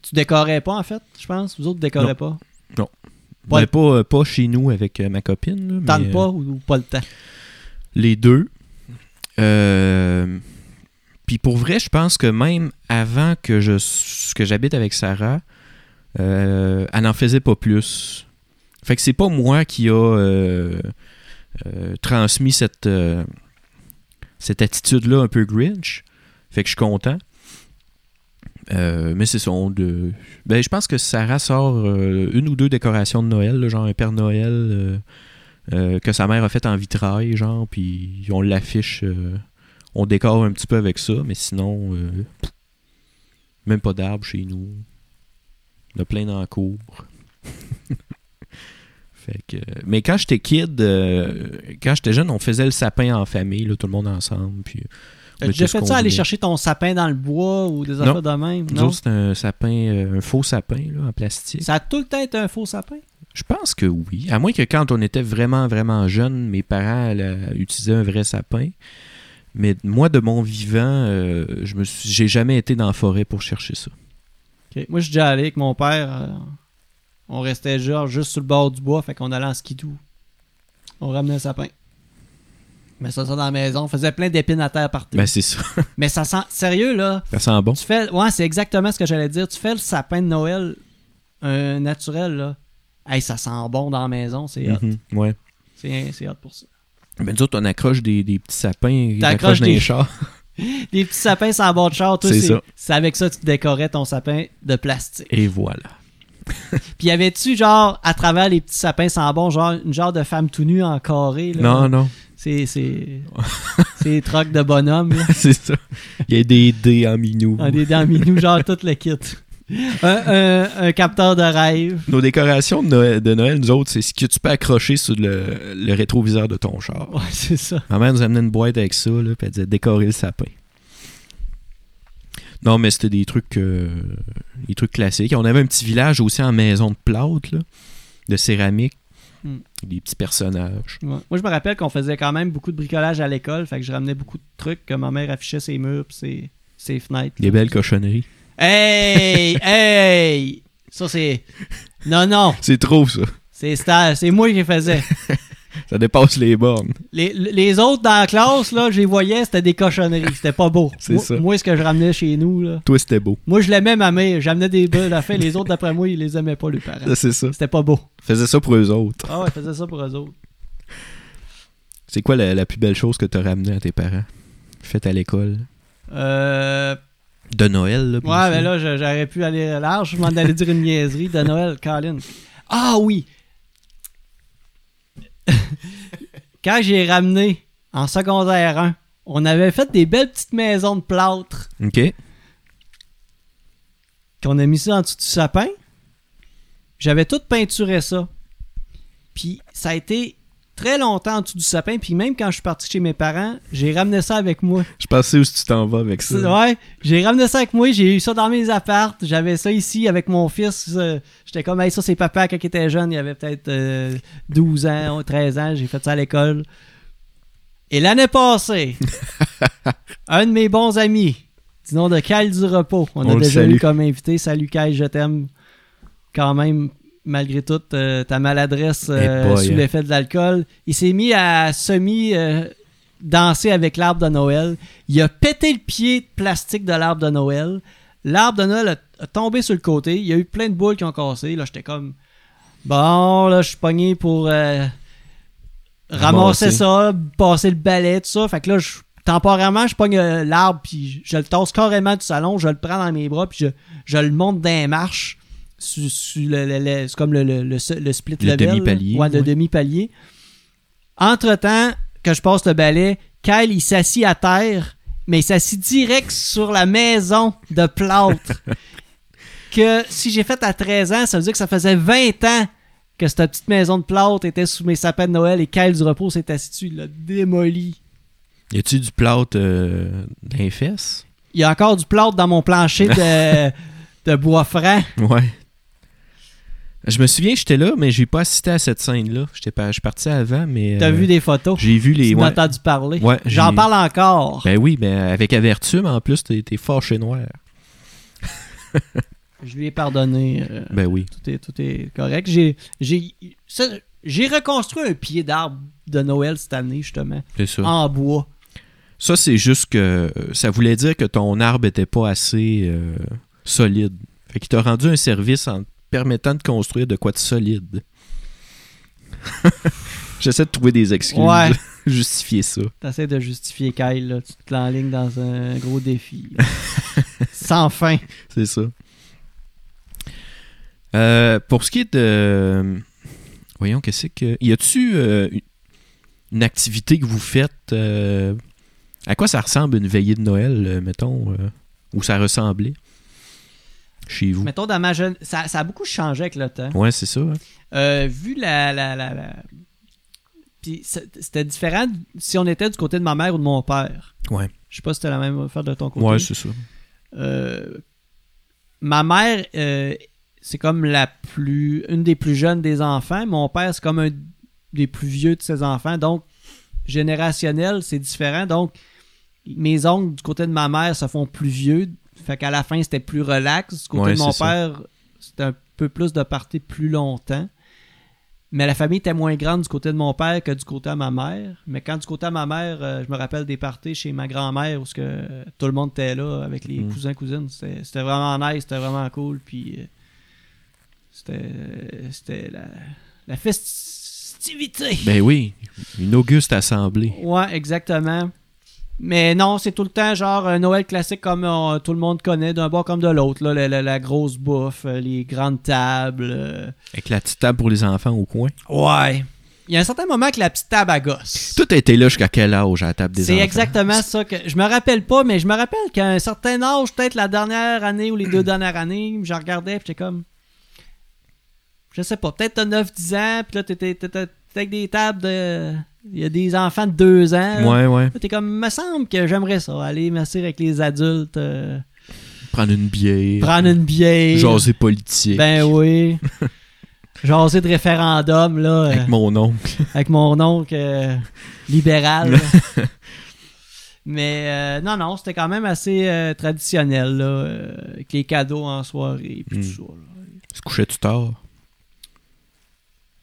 Speaker 1: tu décorais pas, en fait, je pense. Vous autres, décorez
Speaker 2: Non.
Speaker 1: pas.
Speaker 2: Pas,
Speaker 1: Pas
Speaker 2: ben, pas, euh, pas chez nous avec euh, ma copine. là,
Speaker 1: Tant
Speaker 2: mais, euh,
Speaker 1: pas ou, ou pas le temps.
Speaker 2: les deux. Euh, Puis pour vrai, je pense que même avant que je que j'habite avec Sarah, euh, elle n'en faisait pas plus. Fait que c'est pas moi qui a euh, euh, transmis cette, euh, cette attitude-là un peu grinch. Fait que je suis content. Euh, mais c'est son. De... Ben, je pense que Sarah sort euh, une ou deux décorations de Noël, là, genre un Père Noël euh, euh, que sa mère a fait en vitrail, genre, puis on l'affiche, euh, on décore un petit peu avec ça, mais sinon, euh, pff, même pas d'arbres chez nous. On a plein dans la cour. [LAUGHS] fait que, mais quand j'étais kid, euh, quand j'étais jeune, on faisait le sapin en famille, là, tout le monde ensemble. Puis, on
Speaker 1: T'as déjà
Speaker 2: mettait ce
Speaker 1: fait
Speaker 2: qu'on
Speaker 1: ça, aller
Speaker 2: voulait.
Speaker 1: chercher ton sapin dans le bois ou des
Speaker 2: Non.
Speaker 1: affaires de même?
Speaker 2: Nous
Speaker 1: Non.
Speaker 2: autres, c'est un sapin, euh, un faux sapin là, en plastique.
Speaker 1: Ça a tout le temps été un faux sapin.
Speaker 2: Je pense que oui. À moins que quand on était vraiment, vraiment jeune, mes parents là, utilisaient un vrai sapin. Mais moi, de mon vivant, euh, je me suis, j'ai jamais été dans la forêt pour chercher ça.
Speaker 1: Ok. Moi, je suis déjà allé avec mon père. euh, on restait genre juste sur le bord du bois, fait qu'on allait en skidoo. On ramenait un sapin. Mais ça, ça dans la maison. On faisait plein d'épines à terre partout.
Speaker 2: Ben, c'est ça.
Speaker 1: Mais ça sent. Sérieux, là.
Speaker 2: Ça sent bon.
Speaker 1: Tu fais. Ouais, c'est exactement ce que j'allais dire. Tu fais le sapin de Noël euh, naturel, là. Hey, ça sent bon dans la maison. C'est hot.
Speaker 2: Mhm, ouais.
Speaker 1: C'est c'est hot pour ça.
Speaker 2: Mais nous autres, on accroche des, des petits sapins, on
Speaker 1: T'accroches
Speaker 2: accroche dans
Speaker 1: des-
Speaker 2: les chars.
Speaker 1: Des petits sapins sans bord de char, tout.
Speaker 2: C'est
Speaker 1: C'est
Speaker 2: ça.
Speaker 1: c'est avec ça que tu décorais ton sapin de plastique.
Speaker 2: Et voilà.
Speaker 1: Puis y avait-tu, genre, à travers les petits sapins sans bon, genre, une genre de femme tout nue en carré? Là?
Speaker 2: Non, [LAUGHS] non,
Speaker 1: C'est.
Speaker 2: [LAUGHS]
Speaker 1: C'est. c'est des trocs de bonhomme, là.
Speaker 2: c'est ça. Il y a Ah, des dés en minou.
Speaker 1: En des dents minou, genre, tout le kit. [LAUGHS] Un, un- un capteur de rêve.
Speaker 2: Nos décorations de Noël, de Noël, nous autres, c'est ce que tu peux accrocher sur le, le rétroviseur de ton char.
Speaker 1: Ouais, c'est ça.
Speaker 2: Ma mère nous amenait une boîte avec ça, là, puis elle disait décorer le sapin. Non, mais c'était des trucs euh, des trucs classiques. On avait un petit village aussi en maison de plâtre, là, de céramique,
Speaker 1: Hmm.
Speaker 2: des petits personnages.
Speaker 1: Ouais. Moi, je me rappelle qu'on faisait quand même beaucoup de bricolage à l'école, fait que je ramenais beaucoup de trucs que ma mère affichait ses murs pis ses, ses fenêtres.
Speaker 2: Des belles cochonneries. [LAUGHS]
Speaker 1: Hey! hey! Ça, c'est. Non, non!
Speaker 2: C'est trop, ça.
Speaker 1: C'est stage. C'est moi qui les faisais.
Speaker 2: Ça dépasse les bornes.
Speaker 1: Les, les autres dans la classe, là, je les voyais, c'était des cochonneries. C'était pas beau.
Speaker 2: C'est
Speaker 1: moi,
Speaker 2: ça.
Speaker 1: moi, ce que je ramenais chez nous, là.
Speaker 2: Toi, c'était beau.
Speaker 1: Moi, je l'aimais, ma mère. J'amenais des bulles à faire. Les autres, d'après moi, ils les aimaient pas, les parents.
Speaker 2: [LAUGHS] Ça, C'est ça.
Speaker 1: C'était pas beau.
Speaker 2: Faisais ça pour eux autres.
Speaker 1: Ah ouais, ils faisaient ça pour eux autres.
Speaker 2: C'est quoi la, la plus belle chose que t'as ramenée à tes parents? Faite à l'école.
Speaker 1: Euh,
Speaker 2: De Noël, là. bien
Speaker 1: ouais,
Speaker 2: sûr.
Speaker 1: mais là, je- j'aurais pu aller large. Je m'en allais dire une niaiserie de Noël, Colin. Ah oui! [LAUGHS] Quand j'ai ramené en secondaire 1, on avait fait des belles petites maisons de plâtre.
Speaker 2: OK.
Speaker 1: qu'on a mis ça en dessous du sapin. J'avais tout peinturé ça. Puis ça a été très longtemps en dessous du sapin. Puis même quand je suis parti chez mes parents, j'ai ramené ça avec moi.
Speaker 2: Je pensais où tu t'en vas avec ça.
Speaker 1: Ouais, j'ai ramené ça avec moi. J'ai eu ça dans mes appartes. J'avais ça ici avec mon fils. euh, J'étais comme, hey, ça c'est papa quand il était jeune. Il avait peut-être euh, 12 ans, 13 ans. J'ai fait ça à l'école. Et l'année
Speaker 2: [LAUGHS]
Speaker 1: passée, un de mes bons amis, du nom de Kyle du Repos, on,
Speaker 2: On
Speaker 1: a
Speaker 2: le
Speaker 1: déjà
Speaker 2: salue.
Speaker 1: eu comme invité. Salut Kyle, je t'aime quand même, malgré toute euh, ta maladresse euh,
Speaker 2: Eh boy,
Speaker 1: sous
Speaker 2: hein.
Speaker 1: l'effet de l'alcool. Il s'est mis à semi euh, danser avec l'arbre de Noël. Il a pété le pied de plastique de l'arbre de Noël. L'arbre de Noël a, a tombé sur le côté. Il y a eu plein de boules qui ont cassé. Là, j'étais comme bon, là, je suis pogné pour euh, ramasser
Speaker 2: Ramasser.
Speaker 1: ça, passer le balai, tout ça. Fait que là, je- temporairement, je pogne euh, l'arbre puis je, je le tasse carrément du salon. Je le prends dans mes bras puis je, je le monte dans les marches. Sur, sur le, le- le- c'est comme le, le- le- le split
Speaker 2: Le
Speaker 1: level, là.
Speaker 2: demi-palier,
Speaker 1: Ouais, le
Speaker 2: ouais.
Speaker 1: demi-palier. Entre-temps que je passe le balai, Kyle, il s'assit à terre, mais il s'assit direct sur la maison de
Speaker 2: [LAUGHS]
Speaker 1: plâtre. que si j'ai fait à 13 ans, ça veut dire que ça faisait 20 ans que cette petite maison de plâtre était sous mes sapins de Noël et Kyle du repos s'est assis dessus, il l'a démoli.
Speaker 2: Y a-tu du plâtre euh, dans les fesses?
Speaker 1: Il y a encore du plâtre dans mon plancher
Speaker 2: [LAUGHS]
Speaker 1: de, de bois franc.
Speaker 2: Ouais. Je me souviens, j'étais là, mais j'ai pas assisté à cette scène-là. J'étais pas, je suis parti avant, mais.
Speaker 1: T'as
Speaker 2: euh,
Speaker 1: vu des photos?
Speaker 2: J'ai vu les.
Speaker 1: Tu m'as
Speaker 2: ouais.
Speaker 1: entendu parler.
Speaker 2: Ouais,
Speaker 1: J'en
Speaker 2: j'ai-
Speaker 1: parle encore.
Speaker 2: Ben oui, mais avec Avertume, en plus, t'es t'es fort chez Noir.
Speaker 1: Je lui ai pardonné. euh,
Speaker 2: Ben oui.
Speaker 1: tout est, tout est correct. J'ai, j'ai, ça, j'ai reconstruit un pied d'arbre de Noël cette année, justement,
Speaker 2: C'est ça.
Speaker 1: en bois.
Speaker 2: Ça, c'est juste que. euh, Ça voulait dire que ton arbre était pas assez euh, solide. Fait qu'il t'a rendu un service en te permettant de construire de quoi de solide. [LAUGHS] J'essaie de trouver des excuses.
Speaker 1: Ouais.
Speaker 2: [LAUGHS] Justifier ça. [LAUGHS]
Speaker 1: T'essaies de justifier Kyle, là. tu te l'enlignes dans un gros défi. là. Sans fin.
Speaker 2: C'est ça. Euh, pour ce qui est de. Voyons, qu'est-ce que. Y a-tu euh, une activité que vous faites euh, À quoi ça ressemble une veillée de Noël, euh, mettons euh, Ou ça ressemblait Chez vous
Speaker 1: Mettons, dans ma jeune. Ça, ça a beaucoup changé avec le temps.
Speaker 2: Ouais, c'est ça. hein.
Speaker 1: Euh, vu la. la, la, la... Puis c'est- c'était différent si on était du côté de ma mère ou de mon père.
Speaker 2: Ouais.
Speaker 1: Je sais pas si c'était la même affaire de ton côté.
Speaker 2: Ouais, c'est ça.
Speaker 1: Euh, ma mère, euh, c'est comme la plus, une des plus jeunes des enfants. Mon père, c'est comme un des plus vieux de ses enfants. Donc, générationnel, c'est différent. Donc, mes oncles du côté de ma mère se font plus vieux. Fait qu'à la fin, c'était plus relax. Du côté
Speaker 2: Ouais,
Speaker 1: de mon
Speaker 2: c'est ça.
Speaker 1: père, c'était un peu plus de partir plus longtemps. Mais la famille était moins grande du côté de mon père que du côté à ma mère. Mais quand du côté à ma mère, euh, je me rappelle des parties chez ma grand-mère où ce que, euh, tout le monde était là avec les
Speaker 2: Mm.
Speaker 1: cousins, cousines. C'était c'était vraiment nice, c'était vraiment cool. Puis euh, c'était c'était la, la festivité.
Speaker 2: Ben oui, une auguste assemblée.
Speaker 1: Ouais, exactement. Mais non, c'est tout le temps genre un Noël classique comme on- tout le monde connaît, d'un bord comme de l'autre. là, La, la- la grosse bouffe, euh, les grandes tables. euh.
Speaker 2: Avec la petite table pour les enfants au coin.
Speaker 1: Ouais. Il y a un certain moment que la petite table à gosse.
Speaker 2: Tout a été là jusqu'à quel âge à la table des enfants
Speaker 1: C'est exactement ça que je me rappelle pas, mais je me rappelle qu'à un certain âge, peut-être la dernière année ou les deux dernières années, je regardais puis j'étais comme. Je sais pas, peut-être t'as 9-10 ans, puis là t'étais t'étais- t'étais avec des tables de. Il y a des enfants de 2 ans. là.
Speaker 2: Ouais, ouais.
Speaker 1: Là, T'es comme, me semble que j'aimerais ça, aller m'asseoir avec les adultes, euh,
Speaker 2: Prendre une bière.
Speaker 1: prendre une bière.
Speaker 2: Jaser politique.
Speaker 1: Ben
Speaker 2: [LAUGHS]
Speaker 1: oui. Jaser de référendum, là, euh,
Speaker 2: Avec mon oncle.
Speaker 1: avec mon oncle euh, libéral. là.
Speaker 2: [LAUGHS]
Speaker 1: Mais euh, non, non, c'était quand même assez euh, traditionnel, là, euh, avec les cadeaux en soirée, puis
Speaker 2: Mm.
Speaker 1: tout ça. là.
Speaker 2: Se couchais-tu tard?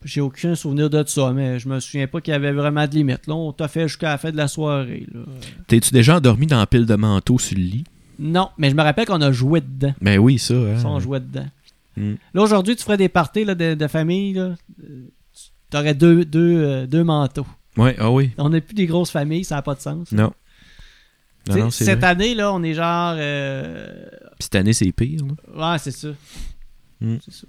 Speaker 1: J'ai aucun souvenir de ça, mais je me souviens pas qu'il y avait vraiment de limite. Là, on t'a fait jusqu'à la fin de la soirée. là.
Speaker 2: T'es-tu déjà endormi dans la pile de manteaux sur le lit?
Speaker 1: Non, mais je me rappelle qu'on a joué dedans.
Speaker 2: Ben oui, ça. hein.
Speaker 1: Ça, on jouait dedans.
Speaker 2: Mm.
Speaker 1: Là, aujourd'hui, tu ferais des parties là, de, de famille. Là. Tu aurais deux, deux, euh, deux manteaux.
Speaker 2: Ouais, ah oui.
Speaker 1: On n'est plus des grosses familles, ça n'a pas de sens.
Speaker 2: Non. Non,
Speaker 1: Tu
Speaker 2: non,
Speaker 1: sais,
Speaker 2: c'est
Speaker 1: cette
Speaker 2: vrai.
Speaker 1: année, là, on est genre. euh,
Speaker 2: Puis cette année, c'est pire. là.
Speaker 1: Ouais, c'est ça.
Speaker 2: Mm.
Speaker 1: C'est ça.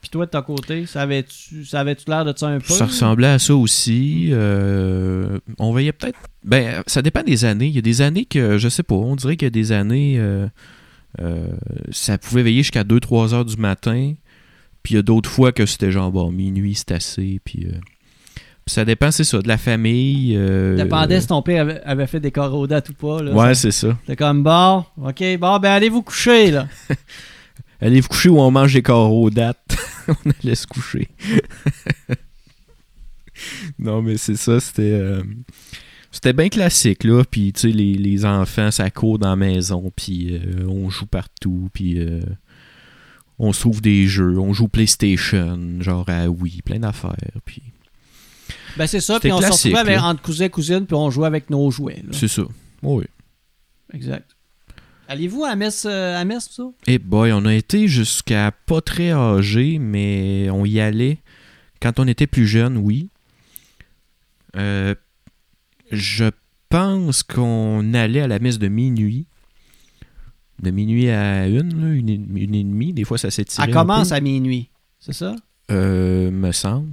Speaker 1: Puis toi, de ton côté, ça avait-tu ça avait-tu l'air de ça un peu?
Speaker 2: Ça ressemblait à ça aussi. euh, on veillait peut-être. Ben, ça dépend des années. Il y a des années que, je sais pas, on dirait qu'il y a des années, euh, euh, ça pouvait veiller jusqu'à 2-3 heures du matin. Puis il y a d'autres fois que c'était genre, bon, minuit, c'est assez. Puis, euh, puis ça dépend, c'est ça, de la famille. euh,
Speaker 1: Dépendait si ton père avait, avait fait des corrodats ou pas. Là,
Speaker 2: Ouais, c'est ça.
Speaker 1: T'es comme, bon, ok, bon, ben allez vous coucher, là.
Speaker 2: Allez vous coucher où on mange des coraux dates. [LAUGHS] on allait se coucher. [LAUGHS] non, mais c'est ça, c'était. euh, C'était bien classique, là. Puis, tu sais, les, les enfants, ça court dans la maison. Puis, euh, on joue partout. Puis, euh, on se trouve des jeux. On joue PlayStation, genre à Wii, plein d'affaires. Puis,
Speaker 1: Ben c'est ça,
Speaker 2: C'était
Speaker 1: puis on se
Speaker 2: classique,
Speaker 1: retrouvait avec-
Speaker 2: là.
Speaker 1: entre cousins et cousines, puis on jouait avec nos jouets. là.
Speaker 2: c'est ça. Oui.
Speaker 1: Exact. Allez-vous à Metz, euh, à Metz, ça?
Speaker 2: Eh boy, on a été jusqu'à pas très âgé, mais on y allait quand on était plus jeune, oui. Euh, je pense qu'on allait à la messe de minuit. De minuit à une, là, une, et- une et demie. Des fois, ça s'étirait.
Speaker 1: Elle commence à minuit, c'est ça?
Speaker 2: à... Euh, me semble.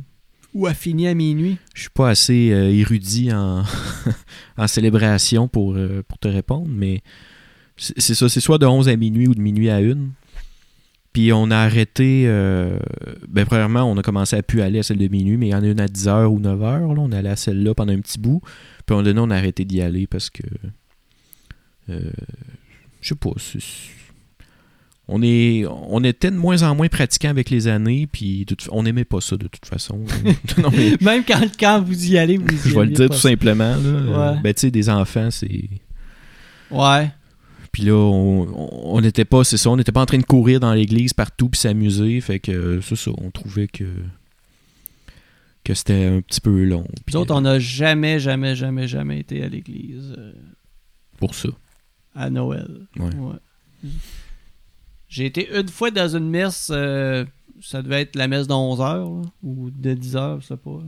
Speaker 1: Ou elle finit à minuit?
Speaker 2: Je suis pas assez euh, érudit en, [LAUGHS] en célébration pour, euh, pour te répondre, mais c'est c'est ça, c'est soit de 11 à minuit ou de minuit à 1. Puis on a arrêté, euh, ben premièrement, on a commencé à plus aller à celle de minuit, mais il y en a une à 10h ou 9h, là, on allait à celle-là pendant un petit bout, puis on donné, on a arrêté d'y aller parce que, euh, je sais pas, c'est- on, est, on était de moins en moins pratiquant avec les années, puis de toute- on n'aimait pas ça de toute façon. non, mais
Speaker 1: [LAUGHS] Même quand, quand vous y allez, vous y
Speaker 2: [LAUGHS] je vais le
Speaker 1: allez
Speaker 2: dire
Speaker 1: pas.
Speaker 2: tout simplement. là.
Speaker 1: Ouais.
Speaker 2: Ben, tu sais, des enfants, c'est.
Speaker 1: Ouais.
Speaker 2: Puis là, on on n'était pas, c'est ça, on n'était pas en train de courir dans l'église partout puis s'amuser. Fait que, euh, c'est ça, on trouvait que. que c'était un petit peu long. Puis
Speaker 1: Puis autres, on n'a jamais, jamais, jamais, jamais été à l'église euh,
Speaker 2: Pour ça.
Speaker 1: à Noël.
Speaker 2: Ouais.
Speaker 1: Ouais. J'ai été une fois dans une messe, euh, ça devait être la messe de 11h ou de 10h, je sais pas.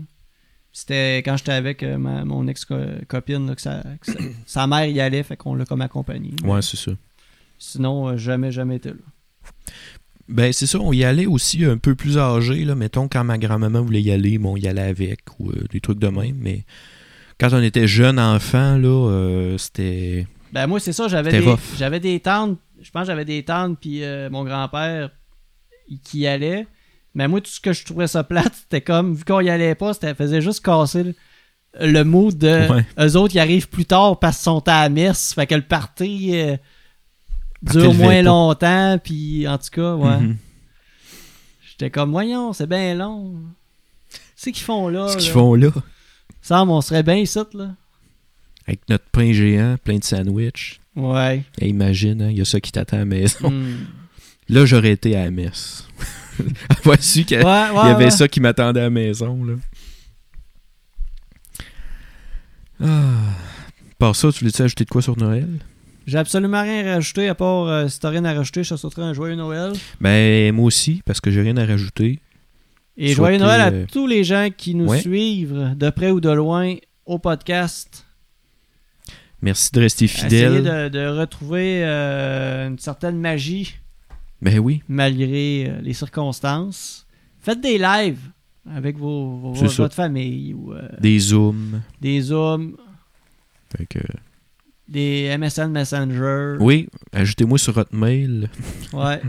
Speaker 1: C'était quand j'étais avec euh, ma- mon ex-copine là, que, ça- que ça- [COUGHS] sa mère y allait, fait qu'on l'a comme accompagné.
Speaker 2: Ouais, c'est ça.
Speaker 1: Sinon, euh, jamais, jamais été là.
Speaker 2: Ben, c'est ça, on y allait aussi un peu plus âgé, là. Mettons, quand ma grand-maman voulait y aller, bon, on y allait avec, ou euh, des trucs de même, mais quand on était jeune enfant, là, euh, c'était.
Speaker 1: Ben moi, c'est ça, j'avais
Speaker 2: C'était
Speaker 1: des,
Speaker 2: rough.
Speaker 1: j'avais des tantes, je pense que j'avais des tantes, puis euh, mon grand-père il- qui y allait. Mais moi, tout ce que je trouvais ça plate, [LAUGHS] c'était comme, vu qu'on y allait pas, ça faisait juste casser le, le mood de
Speaker 2: Ouais.
Speaker 1: eux autres, ils arrivent plus tard parce qu'ils sont à la messe, fait que le party euh,
Speaker 2: Party
Speaker 1: dure
Speaker 2: le
Speaker 1: moins
Speaker 2: fait pas.
Speaker 1: longtemps, puis en tout cas, ouais.
Speaker 2: Mhm.
Speaker 1: J'étais comme, voyons, c'est bien long. C'est qu'ils font là.
Speaker 2: [LAUGHS] Ce qu'ils
Speaker 1: Oh, là?
Speaker 2: font là,
Speaker 1: Sam, on serait bien ici, là.
Speaker 2: avec notre pain géant, plein de sandwichs. [LAUGHS]
Speaker 1: Ouais.
Speaker 2: Et imagine, hein, il y a ça qui t'attend à la maison.
Speaker 1: Hmm.
Speaker 2: Là, j'aurais été à la messe. [LAUGHS] Avoir su qu'il y
Speaker 1: Ouais,
Speaker 2: a-
Speaker 1: ouais,
Speaker 2: il y avait
Speaker 1: ouais.
Speaker 2: ça qui m'attendait à la maison, là. Ah. Par ça, tu voulais-tu ajouter de quoi sur Noël?
Speaker 1: J'ai absolument rien rajouté à part euh, si t'as rien à rajouter, je te souhaiterais un joyeux Noël.
Speaker 2: Ben, moi aussi, parce que j'ai rien à rajouter.
Speaker 1: Et
Speaker 2: Souhaiter,
Speaker 1: joyeux Noël à
Speaker 2: euh,
Speaker 1: tous les gens qui nous
Speaker 2: ouais.
Speaker 1: suivent de près ou de loin au podcast.
Speaker 2: Merci de rester
Speaker 1: Essayez
Speaker 2: fidèle.
Speaker 1: de, de retrouver euh, une certaine magie
Speaker 2: Ben oui,
Speaker 1: malgré euh, les circonstances. Faites des lives avec vos, vos-
Speaker 2: C'est ça.
Speaker 1: votre famille ou euh,
Speaker 2: des zooms.
Speaker 1: des Zooms,
Speaker 2: Fait que-
Speaker 1: des MSN Messenger.
Speaker 2: Oui, ajoutez-moi sur votre mail.
Speaker 1: Ouais.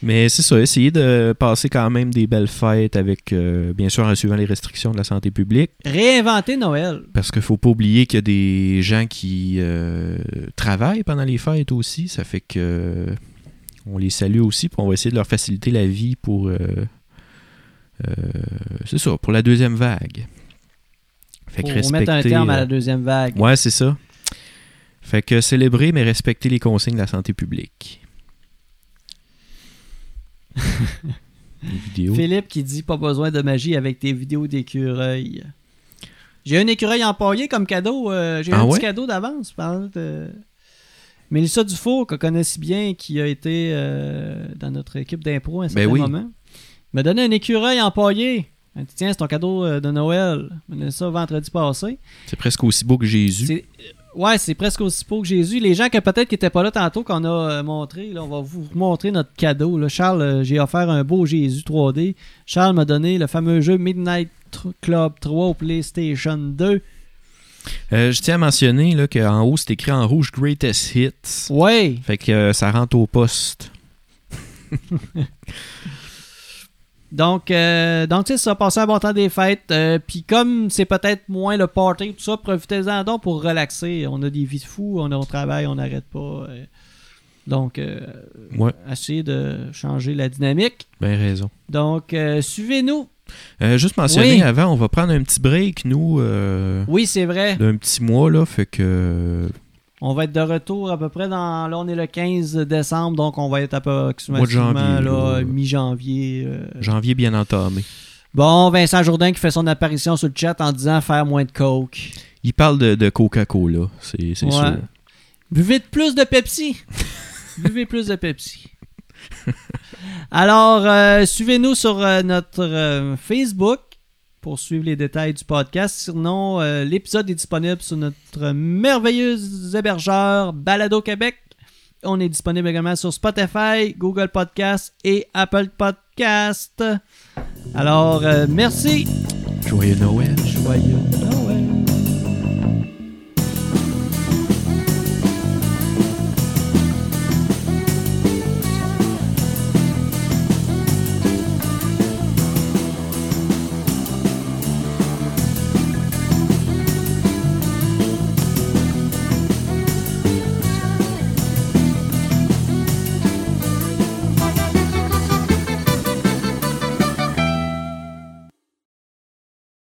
Speaker 2: Mais c'est ça, essayez de passer quand même des belles fêtes avec, euh, bien sûr, en suivant les restrictions de la santé publique.
Speaker 1: Réinventer Noël.
Speaker 2: Parce qu'il faut pas oublier qu'il y a des gens qui euh, travaillent pendant les fêtes aussi. Ça fait que euh, on les salue aussi, puis on va essayer de leur faciliter la vie pour euh, euh, c'est ça, pour la deuxième vague. Fait
Speaker 1: Pour mettre un terme à la deuxième vague.
Speaker 2: euh, Ouais, c'est ça. Fait que célébrer, mais respecter les consignes de la santé
Speaker 1: [LAUGHS]
Speaker 2: publique. les vidéos.
Speaker 1: Philippe qui dit pas besoin de magie avec tes vidéos d'écureuil. J'ai un écureuil empaillé comme cadeau. euh, J'ai
Speaker 2: Ah
Speaker 1: un
Speaker 2: ouais?
Speaker 1: petit cadeau d'avance. parlant de- Mélissa Dufour, qu'on connaît si bien, qui a été euh, dans notre équipe d'impro à un certain
Speaker 2: Ben oui.
Speaker 1: moment, m'a donné un écureuil empaillé. Elle dit, Tiens, c'est ton cadeau euh, de Noël. Elle m'a donné ça vendredi passé.
Speaker 2: C'est presque aussi beau que Jésus.
Speaker 1: C'est- Ouais, c'est presque aussi beau que Jésus. Les gens que peut-être qui n'étaient pas là tantôt qu'on a euh, montré, là, on va vous montrer notre cadeau. là. Charles, euh, j'ai offert un beau Jésus 3D. Charles m'a donné le fameux jeu Midnight Tr- Club 3 au PlayStation 2.
Speaker 2: Euh, je tiens à mentionner là, qu'en haut, c'est écrit en rouge Greatest Hits.
Speaker 1: Ouais,
Speaker 2: Fait que euh, ça rentre au poste.
Speaker 1: donc euh, donc tu sais, ça passé un bon temps des fêtes. Euh, Puis comme c'est peut-être moins le party, tout ça, profitez-en donc pour relaxer. On a des vies de fous, on, a- on travaille, on n'arrête pas. euh. donc, euh,
Speaker 2: Ouais,
Speaker 1: essayez de changer la dynamique.
Speaker 2: bien raison.
Speaker 1: Donc, euh, suivez-nous.
Speaker 2: Euh, juste mentionner
Speaker 1: Oui.
Speaker 2: avant, on va prendre un petit break, nous, euh,
Speaker 1: Oui, c'est vrai.
Speaker 2: d'un petit mois, là. Fait que. euh,
Speaker 1: On va être de retour à peu près dans. Là, on est le 15 décembre, donc on va être à peu
Speaker 2: Mois de janvier,
Speaker 1: approximativement là,
Speaker 2: là.
Speaker 1: mi-janvier. euh.
Speaker 2: Janvier bien entamé.
Speaker 1: Bon, Vincent Jourdain qui fait son apparition sur le chat en disant faire moins de coke.
Speaker 2: Il parle de, de Coca-Cola, c'est c'est
Speaker 1: Ouais.
Speaker 2: sûr.
Speaker 1: Buvez de plus de Pepsi. Buvez plus de Pepsi. Alors, euh, suivez-nous sur euh, notre euh, Facebook pour suivre les détails du podcast. Sinon, euh, l'épisode est disponible sur notre merveilleux hébergeur Balado Québec. On est disponible également sur Spotify, Google Podcast et Apple Podcast. Alors, euh, merci.
Speaker 2: Joyeux Noël.
Speaker 1: Joyeux Noël.